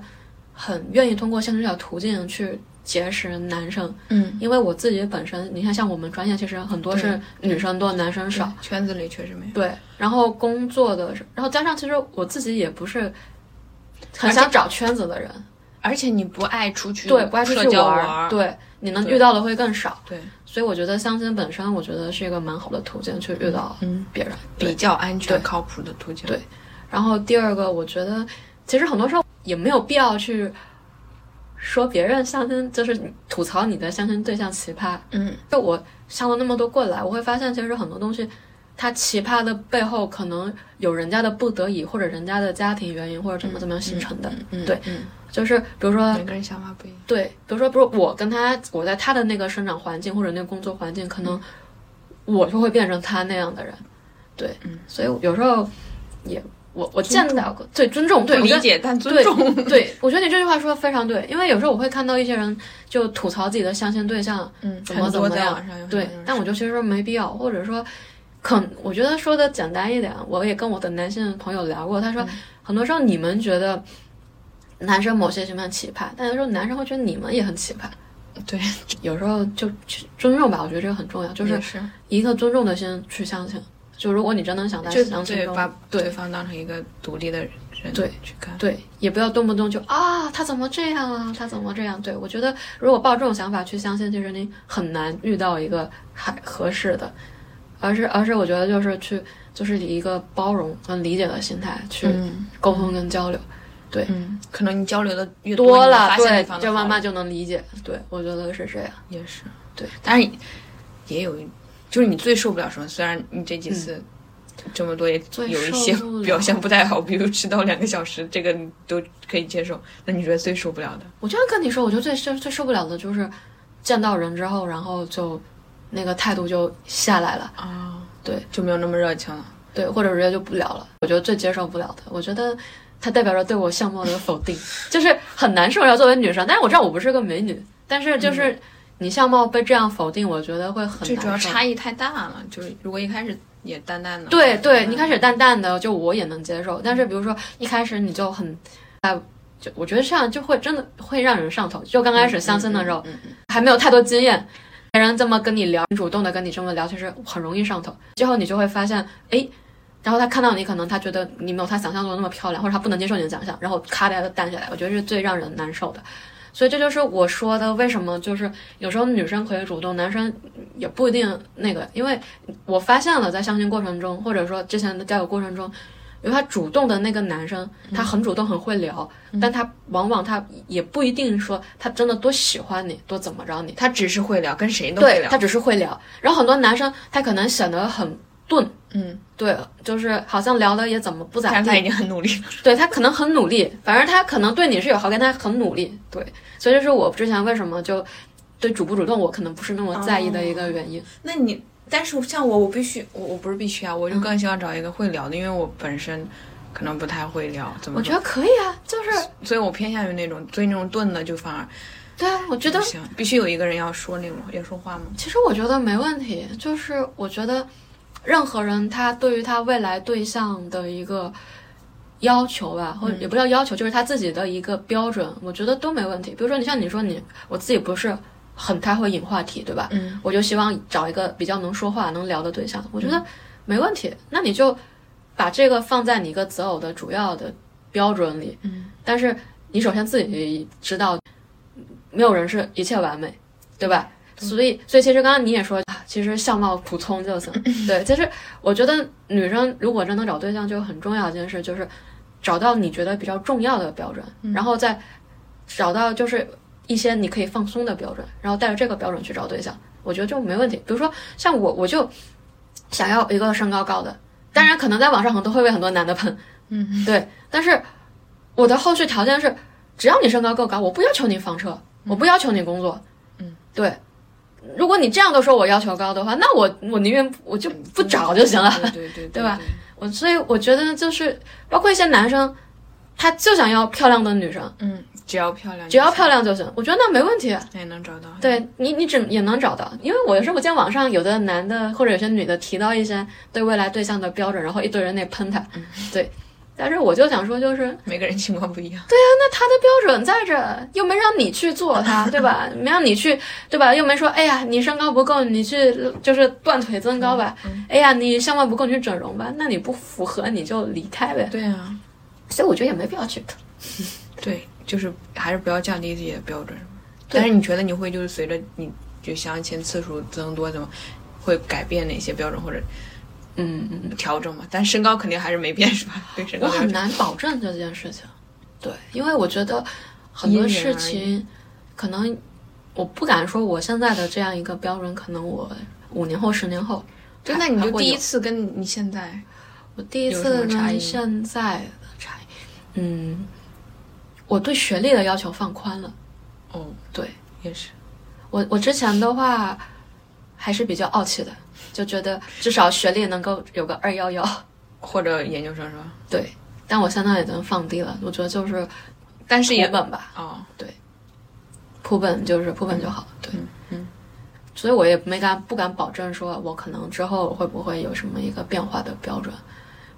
Speaker 5: 很愿意通过相亲这条途径去结识男生，
Speaker 4: 嗯，
Speaker 5: 因为我自己本身，你看像我们专业，其实很多是女生多，男生少。
Speaker 4: 圈子里确实没有。
Speaker 5: 对，然后工作的是，然后加上其实我自己也不是很
Speaker 4: 而且
Speaker 5: 想找圈子的人，
Speaker 4: 而且你不爱出去，
Speaker 5: 对，不爱出
Speaker 4: 社
Speaker 5: 去
Speaker 4: 交
Speaker 5: 玩
Speaker 4: 玩
Speaker 5: 儿，对，你能
Speaker 4: 对
Speaker 5: 遇到的会更少。
Speaker 4: 对，
Speaker 5: 所以我觉得相亲本身，我觉得是一个蛮好的途径去遇到
Speaker 4: 嗯，
Speaker 5: 别人。
Speaker 4: 比较安全
Speaker 5: 对
Speaker 4: 靠谱的途径。
Speaker 5: 对然后第二个，我觉得其实很多时候也没有必要去说别人相亲，就是吐槽你的相亲对象奇葩。
Speaker 4: 嗯，
Speaker 5: 就我相了那么多过来，我会发现其实很多东西，它奇葩的背后可能有人家的不得已，或者人家的家庭原因，或者怎么怎么样形成的。
Speaker 4: 嗯，
Speaker 5: 对呃
Speaker 4: 嗯，
Speaker 5: 就是比如说
Speaker 4: 每个人想法不一样。
Speaker 5: 对，比如说，比如我跟他，我在他的那个生长环境或者那个工作环境，
Speaker 4: 嗯
Speaker 5: 可能我就会变成他那样的人。对，
Speaker 4: 嗯
Speaker 5: 所以有时候也我我见到过，对尊重，对
Speaker 4: 不
Speaker 5: 我觉
Speaker 4: 理
Speaker 5: 得
Speaker 4: 解但尊重。
Speaker 5: 对，我觉得你这句话说的非常对，因为有时候我会看到一些人就吐槽自己的相亲对象
Speaker 4: <laughs> 嗯，
Speaker 5: 怎么
Speaker 4: 很
Speaker 5: 怎
Speaker 4: 多
Speaker 5: 么
Speaker 4: 在
Speaker 5: 样
Speaker 4: 网上有很多
Speaker 5: 对
Speaker 4: 人，
Speaker 5: 但我就其实没必要，或者说，可我觉得说的简单一点，我也跟我的男性朋友聊过，他
Speaker 4: 嗯
Speaker 5: 说、很多时候你们觉得男生某些什么样奇葩，但有时候男生会觉得你们也很奇葩。
Speaker 4: 嗯对，
Speaker 5: 有时候就去尊重吧，我觉得这个很重要，就
Speaker 4: 也
Speaker 5: 是
Speaker 4: 是
Speaker 5: 一个尊重的心去相亲。就如果你真能想待
Speaker 4: 就
Speaker 5: 相亲
Speaker 4: 对
Speaker 5: 中，
Speaker 4: 把
Speaker 5: 对
Speaker 4: 对方当成一个独立的人
Speaker 5: 对
Speaker 4: 去看，
Speaker 5: 对，也不要动不动就啊，他怎么这样啊，他怎么这样？对我觉得，如果抱这种想法去相信，其实你很难遇到一个还合适的，而是而是我觉得就是去就是以一个包容和理解的心态去
Speaker 4: 嗯
Speaker 5: 沟通跟交流，
Speaker 4: 嗯，可能你交流的越
Speaker 5: 多
Speaker 4: 你
Speaker 5: 了
Speaker 4: 发现对
Speaker 5: 对
Speaker 4: 方，的
Speaker 5: 就
Speaker 4: 好
Speaker 5: 慢慢就能理解。对我觉得是这样，
Speaker 4: 也是
Speaker 5: 对，
Speaker 4: 但是也有一，就是你最受不了什么？虽然你这
Speaker 5: 嗯
Speaker 4: 几次这么多也
Speaker 5: 最
Speaker 4: 有一
Speaker 5: 受
Speaker 4: 些
Speaker 5: 不
Speaker 4: 表现
Speaker 5: 了
Speaker 4: 不太好，比如迟到两个小时，这个你都可以接受。那你觉得最受不了的？
Speaker 5: 我就要跟你说，我觉得最最最受不了的就是见到人之后，然后就那个态度就下来了。
Speaker 4: 啊，
Speaker 5: 对，
Speaker 4: 就没有那么热情了。
Speaker 5: 对，或者直接就不聊了。我觉得最接受不了的，我觉得它代表着对我相貌的否
Speaker 4: <laughs>
Speaker 5: 定，就是很难受。要作为女生，但是我知道我不是个美女，但是就是你相貌被这样否定，我觉得会很
Speaker 4: 最嗯主要
Speaker 5: 难受。
Speaker 4: 差异太大了，就是如果一开始也淡淡的，
Speaker 5: 对对，
Speaker 4: 嗯
Speaker 5: 你开始淡淡的，就我也能接受。但是比如说一开始你就很，哎，就我觉得这样就会真的会让人上头。就刚开始相亲的时候，
Speaker 4: 嗯嗯
Speaker 5: 还没有太多经验，别人这么哎跟你聊，主动的跟你这么聊，其实很容易上头。最后你就会发现，哎，然后他看到你，可能他觉得你没有他想象中那么漂亮，或者他不能接受你的长相，然后咔的淡下来。我觉得是最让人难受的。所以这就是我说的，为什么就是有时候女生可以主动，男生也不一定那个。因为我发现了，在相亲过程中，或者说之前的交友过程中，因为他主动的那个男生，他很主动，很会聊，但他往往他也不一定说他真的多喜欢你，多怎么着你，
Speaker 4: 他只是会聊，跟谁都会
Speaker 5: 对
Speaker 4: 聊
Speaker 5: 他。只是会聊。然后很多男生他可能显得很钝，
Speaker 4: 嗯，
Speaker 5: 对，就是好像聊的也怎么不咋
Speaker 4: 但是他已
Speaker 5: 地，
Speaker 4: 经很努力了。
Speaker 5: 对他可能很努力，反正他可能对你是有好感，但他很努力，对，所以这是我之前为什么就对主不主动我可能不是那么在
Speaker 4: 哦
Speaker 5: 意的一个原因。
Speaker 4: 那你，但是像我，我必须，我我不是必须啊，我
Speaker 5: 嗯
Speaker 4: 就更希望找一个会聊的，因为我本身可能不太会聊，怎
Speaker 5: 我
Speaker 4: 么
Speaker 5: 觉
Speaker 4: 说？
Speaker 5: 得可以啊，就是
Speaker 4: 所以我偏向于那种，所以那种钝的就反而
Speaker 5: 对啊，我觉得
Speaker 4: 不行，必须有一个人要说那种要说话吗？
Speaker 5: 其实我觉得没问题，就是我觉得任何人他对于他未来对象的一个要求吧，或者也不叫要求，就是他自己的一个标准，我觉得都没问题。比如说你像你说你，我自己不是很太会引话题，对吧？
Speaker 4: 嗯，
Speaker 5: 我就希望找一个比较能说话、能聊的对象，我觉得没问题。那你就把这个放在你一个择偶的主要的标准里，
Speaker 4: 嗯，
Speaker 5: 但是你首先自己知道，没有人是一切完美，对吧？所以，所以其实刚刚你也说，啊其实相貌普通就行。对，其实我觉得女生如果真的找对象，就很重要的一件事就是找到你觉得比较重要的标准，然后再找到就是一些你可以放松的标准，然后带着这个标准去找对象，我觉得就没问题。比如说像我，我就想要一个身高高的，当然可能在网上很多会被很多男的喷，嗯，对，但是我的后续条件是，只要你身高够高，我不要求你房车，我不要求你工作，
Speaker 4: 嗯，
Speaker 5: 对。如果你这样都说我要求高的话，那我我宁愿我就不找就行了。
Speaker 4: 嗯对对对
Speaker 5: 对吧？我所以我觉得就是包括一些男生，他就想要漂亮的女生，
Speaker 4: 嗯，只要漂亮就行，
Speaker 5: 只要漂亮就行，我觉得那没问题。啊
Speaker 4: 那也能找到。，
Speaker 5: 对你，你只也能找到，因为我有时候我见网上有的男的或者有些女的提到一些对未来对象的标准，然后一堆人那喷他，对。但是我就想说，就是
Speaker 4: 每个人情况不一样。
Speaker 5: 那他的标准在这儿，又没让你去做他，对吧？没让你去，对吧？又没说，哎呀，你身高不够，你去就是断腿增高吧。哎呀，你相貌不够，你去整容吧。那你不符合，你就离开呗。
Speaker 4: 对啊，
Speaker 5: 所以我觉得也没必要去
Speaker 4: <laughs> 对，就是还是不要降低自己的标准。
Speaker 5: 对
Speaker 4: 但是你觉得你会就是随着你就相亲次数增多，怎么会改变哪些标准或者
Speaker 5: 嗯，嗯，哦
Speaker 4: 调整嘛？但身高肯定还是没变是吧？ <laughs> 对身
Speaker 5: 我
Speaker 4: 高
Speaker 5: 很
Speaker 4: 标准
Speaker 5: 难保证这件事情。对，因为我觉得很多事
Speaker 4: 因
Speaker 5: 情，可能我不敢说我现在的这样一个标准，可能我五年后、十年后
Speaker 4: 对，
Speaker 5: 还
Speaker 4: 那你 <laughs>
Speaker 5: 还
Speaker 4: 就
Speaker 5: 会
Speaker 4: 第一
Speaker 5: 有
Speaker 4: 次跟你现在
Speaker 5: 我第一
Speaker 4: 有
Speaker 5: 次
Speaker 4: 什么差异
Speaker 5: 跟
Speaker 4: 吗
Speaker 5: 现在的差异，嗯，我对学历的要求放宽了。
Speaker 4: 哦，
Speaker 5: 对
Speaker 4: 也是，
Speaker 5: 我，我之前的话还是比较傲气的，就觉得至少学历能够有个二幺幺。
Speaker 4: 或者研究生是吧？
Speaker 5: 对，但我现在已经放低了，我觉得就是
Speaker 4: 但是也
Speaker 5: 普本吧，
Speaker 4: 哦，
Speaker 5: 普本就是普本就好了。对，
Speaker 4: 嗯嗯
Speaker 5: 所以我也没敢不敢保证说我可能之后会不会有什么一个变化的标准。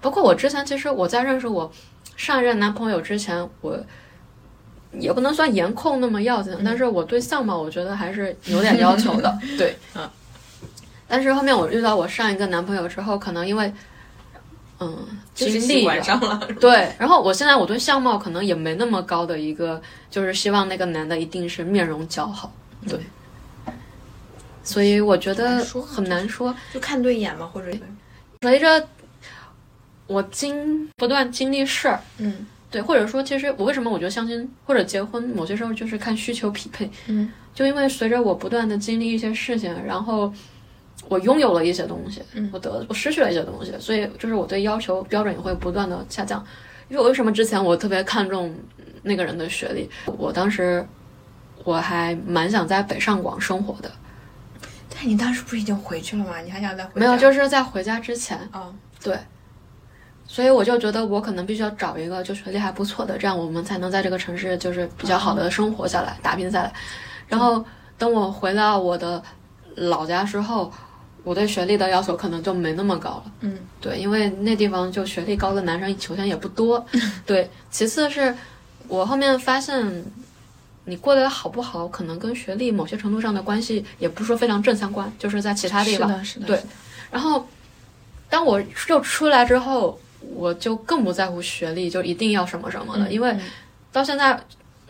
Speaker 5: 包括我之前，其实我在认识我上一任男朋友之前，我也不能算颜
Speaker 6: <laughs>
Speaker 5: 控
Speaker 6: 嗯
Speaker 5: 那么要紧，但是我对相貌我觉得还是有点要求的。对，嗯。但是后面我遇到我上一个男朋友之后，可能因为嗯
Speaker 6: 就
Speaker 5: 经
Speaker 6: 是
Speaker 5: 历
Speaker 6: 喜
Speaker 5: 了
Speaker 6: 欢上了，
Speaker 5: 对，然后我现在我对相貌可能也没那么高的一个，就是希望那个男的一定是面容姣好，对。所以我觉
Speaker 4: <laughs>
Speaker 5: 得
Speaker 6: 难说
Speaker 5: 嗯很难嗯说。
Speaker 6: 就看对眼嘛，或者
Speaker 5: 随着我经不断经历事儿，
Speaker 6: 嗯
Speaker 5: 对，或者说，其实我为什么我觉得相亲或者结婚，某些时候就是看需求匹配，
Speaker 6: 嗯，
Speaker 5: <laughs> 就因为随着我不断的经历一些事情，然后我拥有了一些东西，
Speaker 6: 嗯
Speaker 5: 我得我失去了一些东西，所以就是我对要求标准也会不断的下降。因为我为什么之前我特别看重那个人的学历？我当时我还蛮想在北上广生活的，
Speaker 6: 但你当时不是已经回去了吗？你还想再回家？
Speaker 5: 没有，就是是在回家之前，
Speaker 4: 哦
Speaker 6: 啊，
Speaker 5: 对，所以我就觉得我可能必须要找一个就学历还不错的，这样我们才能在这个城市就是比较好的生活下来、打拼下来。然后等我回到我的老家之后，我对学历的要求可能就没那么高了。
Speaker 6: 嗯，
Speaker 5: 对，因为那地方就学历高的男生首先也不多，对，其次是我后面发现。你过得好不好，可能跟学历某些程度上的关系也不是说非常正相关，就是在其他地
Speaker 4: 是
Speaker 5: 方，
Speaker 4: 的，是的，
Speaker 5: 对
Speaker 4: 是的，
Speaker 5: 然后当我又出来之后，我就更不在乎学历，就一定要什么什么
Speaker 4: 嗯
Speaker 5: 了，因为到现在。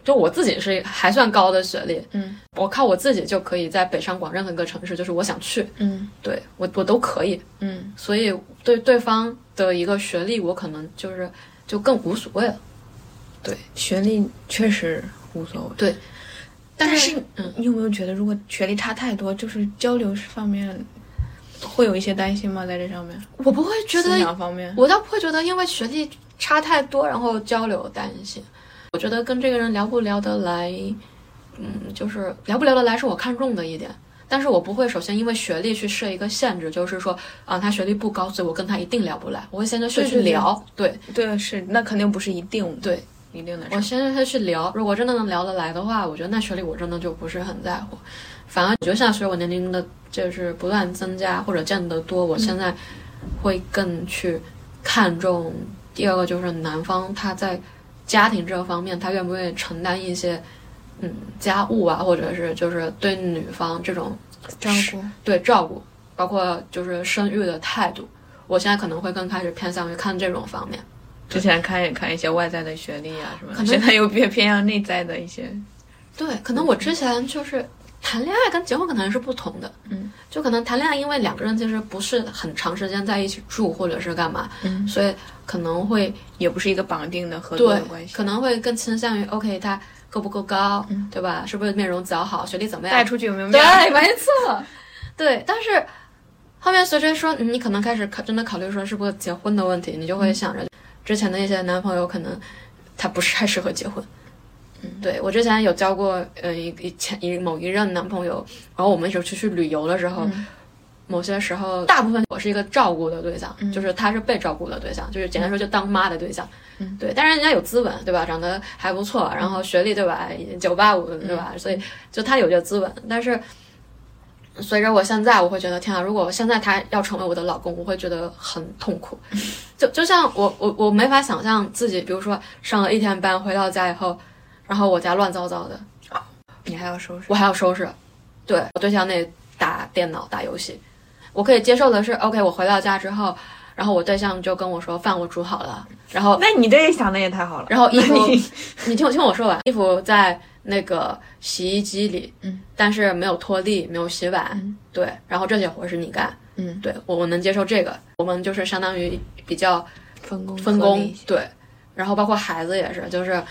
Speaker 5: 就我自己是还算高的学历，
Speaker 6: 嗯，
Speaker 5: 我靠我自己就可以在北上广任何一个城市，就是我想去，
Speaker 6: 嗯
Speaker 5: 对我我都可以，
Speaker 6: 嗯，
Speaker 5: 所以对对方的一个学历，我可能就是就更无所谓了。
Speaker 6: 学历确实无所谓。但
Speaker 5: 是
Speaker 6: 是，嗯你有没有觉得，如果学历差太多，就是交流方面会有一些担心吗？在这上面，
Speaker 5: 我不会觉
Speaker 6: 思
Speaker 5: 得
Speaker 6: 想方面，
Speaker 5: 我倒不会觉得因为学历差太多，然后交流担心。我觉得跟这个人聊不聊得来，嗯，就是聊不聊得来是我看重的一点。但是我不会首先因为学历去设一个限制，就是说啊，他学历不高，所以我跟他一定聊不来。我会先跟他
Speaker 6: 对
Speaker 5: 去
Speaker 6: 对对
Speaker 5: 聊，对
Speaker 6: 对，是那肯定不是一定
Speaker 5: 对
Speaker 6: 一定的
Speaker 5: 我
Speaker 6: 事。
Speaker 5: 先跟他去聊。如果真的能聊得来的话，我觉得那学历我真的就不是很在乎。反而我觉得现在随着我年龄的就是不断增加或者见得多，我现在会更去看重第二个就是男方他在家庭这方面他愿不愿意承担一些嗯家务啊，或者是就是对女方这种
Speaker 6: 照顾，
Speaker 5: 对照顾，包括就是生育的态度。我现在可能会更开始偏向于看这种方面。
Speaker 6: 之前看一看一些外在的学历啊什么
Speaker 5: 可
Speaker 6: 的，
Speaker 5: 能
Speaker 6: 现在又偏偏向内在的一些，
Speaker 5: 对，可
Speaker 6: 嗯
Speaker 5: 能我之前就是谈恋爱跟结婚可能是不同的，
Speaker 6: 嗯，
Speaker 5: 就可能谈恋爱因为两个人其实不是很长时间在一起住或者是干嘛，
Speaker 6: 嗯
Speaker 5: 所以可能会
Speaker 6: 也不是一个绑定的合作
Speaker 5: 对
Speaker 6: 的关，系嗯
Speaker 5: 可。能会更倾向于 OK 他够不够高，对吧？是不是面容姣好，学历怎么
Speaker 6: <laughs>
Speaker 5: 样
Speaker 6: 带？出去有没有面儿？
Speaker 5: 对， <laughs> 没错，对，但是。后面随着说，嗯你可能开始考真的考虑说是不是结婚的问题，你就会想着之前的一些男朋友可能他不是太适合结婚。对我之前有交过，呃，一一前一某一任男朋友，然后我们一起出去旅游的时候，某些时候，大部分我是一个照顾的对象，就是他是被照顾的对象，就是简单说就当妈的对象。对，但是人家有资本，对吧？长得还不错，然后学历对吧？九八五对吧？所以就他有这个资本，但是。随着我现在，我会觉得天啊！如果我现在他要成为我的老公，我会觉得很痛苦。 <laughs> 就就像我我我没法想象自己，比如说上了一天班回到家以后，然后我家乱糟糟的，
Speaker 6: 你还要收拾
Speaker 5: 我还要收拾。对我对象那打电脑打游戏，我可以接受的是，OK，我回到家之后，然后我对象就跟我说饭我煮好了，然后
Speaker 6: 那你这想的也太好了。
Speaker 5: 然后衣服
Speaker 6: 那你，
Speaker 5: 你听我听我说完，衣服在那个洗衣机里，
Speaker 6: 嗯，
Speaker 5: 但是没有拖地，没有洗碗，
Speaker 6: 嗯
Speaker 5: 对，然后这些活是你干，
Speaker 6: 嗯
Speaker 5: 对我我能接受这个，我们就是相当于比较
Speaker 6: 分工
Speaker 5: 分
Speaker 6: 合理
Speaker 5: 工
Speaker 6: 一些，
Speaker 5: 对，然后包括孩子也是，就是，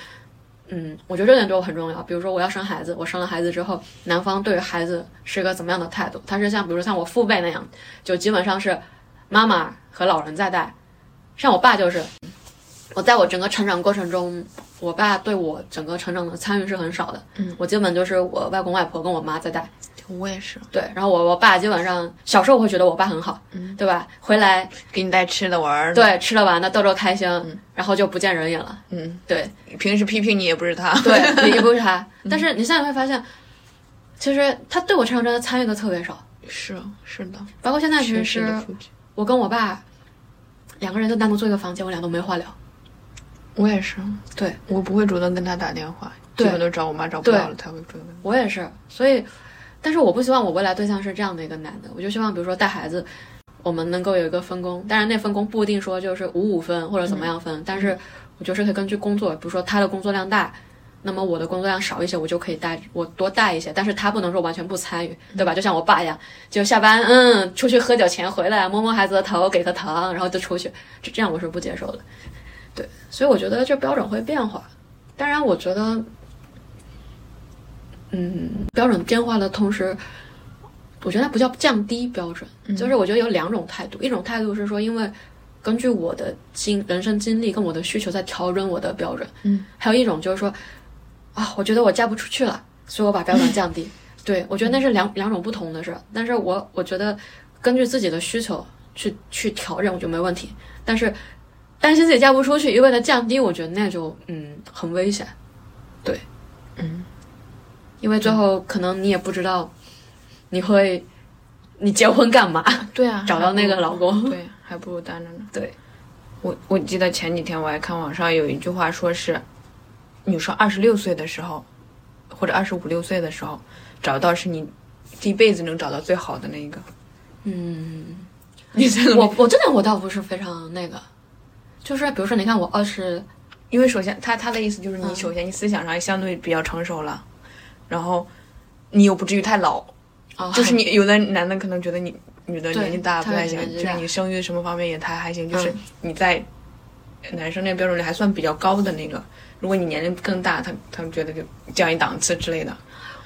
Speaker 5: 嗯，我觉得这点对我很重要。比如说我要生孩子，我生了孩子之后，男方对于孩子是一个怎么样的态度？他是像比如说像我父辈那样，就基本上是妈妈和老人在带，像我爸就是，我在我整个成长过程中，我爸对我整个成长的参与是很少的，
Speaker 6: 嗯，
Speaker 5: 我基本就是我外公外婆跟我妈在带，
Speaker 6: 我也是，
Speaker 5: 对，然后我我爸基本上小时候我会觉得我爸很好，
Speaker 6: 嗯，
Speaker 5: 对吧？回来
Speaker 6: 给你带吃的玩儿的。
Speaker 5: 对吃了玩的逗逗开心，然后就不见人影了。
Speaker 6: 嗯，
Speaker 5: 对
Speaker 6: 平时批评你也不是他。
Speaker 5: 对， <laughs>
Speaker 6: <laughs>
Speaker 5: 也也不是他。
Speaker 6: 嗯
Speaker 5: 但是你现在会发现，其实他对我成长真的参与的特别少，
Speaker 6: 是啊是的，
Speaker 5: 包括现在其实
Speaker 6: 是
Speaker 5: 是
Speaker 6: 的数据。
Speaker 5: 我跟我爸两个人就单独坐一个房间，我俩都没话聊。
Speaker 6: 我也是，
Speaker 5: 对
Speaker 6: 我不会主动跟他打电话，基
Speaker 5: 对
Speaker 6: 本都找我妈找不
Speaker 5: 对
Speaker 6: 到了才会主动跟他。
Speaker 5: 我也是，所以但是我不希望我未来对象是这样的一个男的，我就希望比如说带孩子，我们能够有一个分工，当然那分工不一定说就是五五分或者怎么样分，但是我觉得是可以根据工作，比如说他的工作量大。那么我的工作量少一些，我就可以带我多带一些，但是他不能说完全不参与，对吧？就像我爸一样，就下班嗯出去喝酒前回来摸摸孩子的头，给个糖，然后就出去，这这样我是不接受的。对，所以我觉得这标准会变化。当然，我觉得标准变化的同时，我觉得它不叫降低标准，就是我觉得有两种态度，一种态度是说，因为根据我的经人生经历跟我的需求在调整我的标准，嗯，还有一种就是说，啊，我觉得我嫁不出去了，所以我把标准降低。对，我觉得那是两、两种不同的事，但是我我觉得根据自己的需求去去调整，我觉得没问题。但是担心自己嫁不出去，一味的降低，我觉得那就嗯很危险。因为最后可能你也不知道你会你结婚干 <laughs> 嘛，
Speaker 6: 对啊，
Speaker 5: 找到那个老
Speaker 4: <laughs>
Speaker 5: 公。
Speaker 4: 对，还不如单着呢。
Speaker 5: 对，
Speaker 4: 我我记得前几天我还看网上有一句话，说是女生二十六岁的时候，或者二十五六岁的时候，找到是你这一辈子能找到最好的那一个。
Speaker 5: 嗯，
Speaker 4: 你在
Speaker 5: 我我这点我倒不是非常那个，就是比如说你看我二十，
Speaker 4: 因为首先他他的意思就是你
Speaker 5: 嗯
Speaker 4: 首先你思想上相对比较成熟了，然后你又不至于太老，
Speaker 5: 啊，
Speaker 4: 就是你有的男的可能觉得你女的
Speaker 5: 对
Speaker 4: 年纪大不
Speaker 5: 他
Speaker 4: 太
Speaker 5: 也
Speaker 4: 行
Speaker 5: 觉，得
Speaker 4: 就
Speaker 5: 这
Speaker 4: 是
Speaker 5: 样
Speaker 4: 你生育什么方面也太还行，就是
Speaker 5: 嗯
Speaker 4: 你在男生那标准里还算比较高的那个。如果你年龄更大，他他们觉得就降一档次之类的。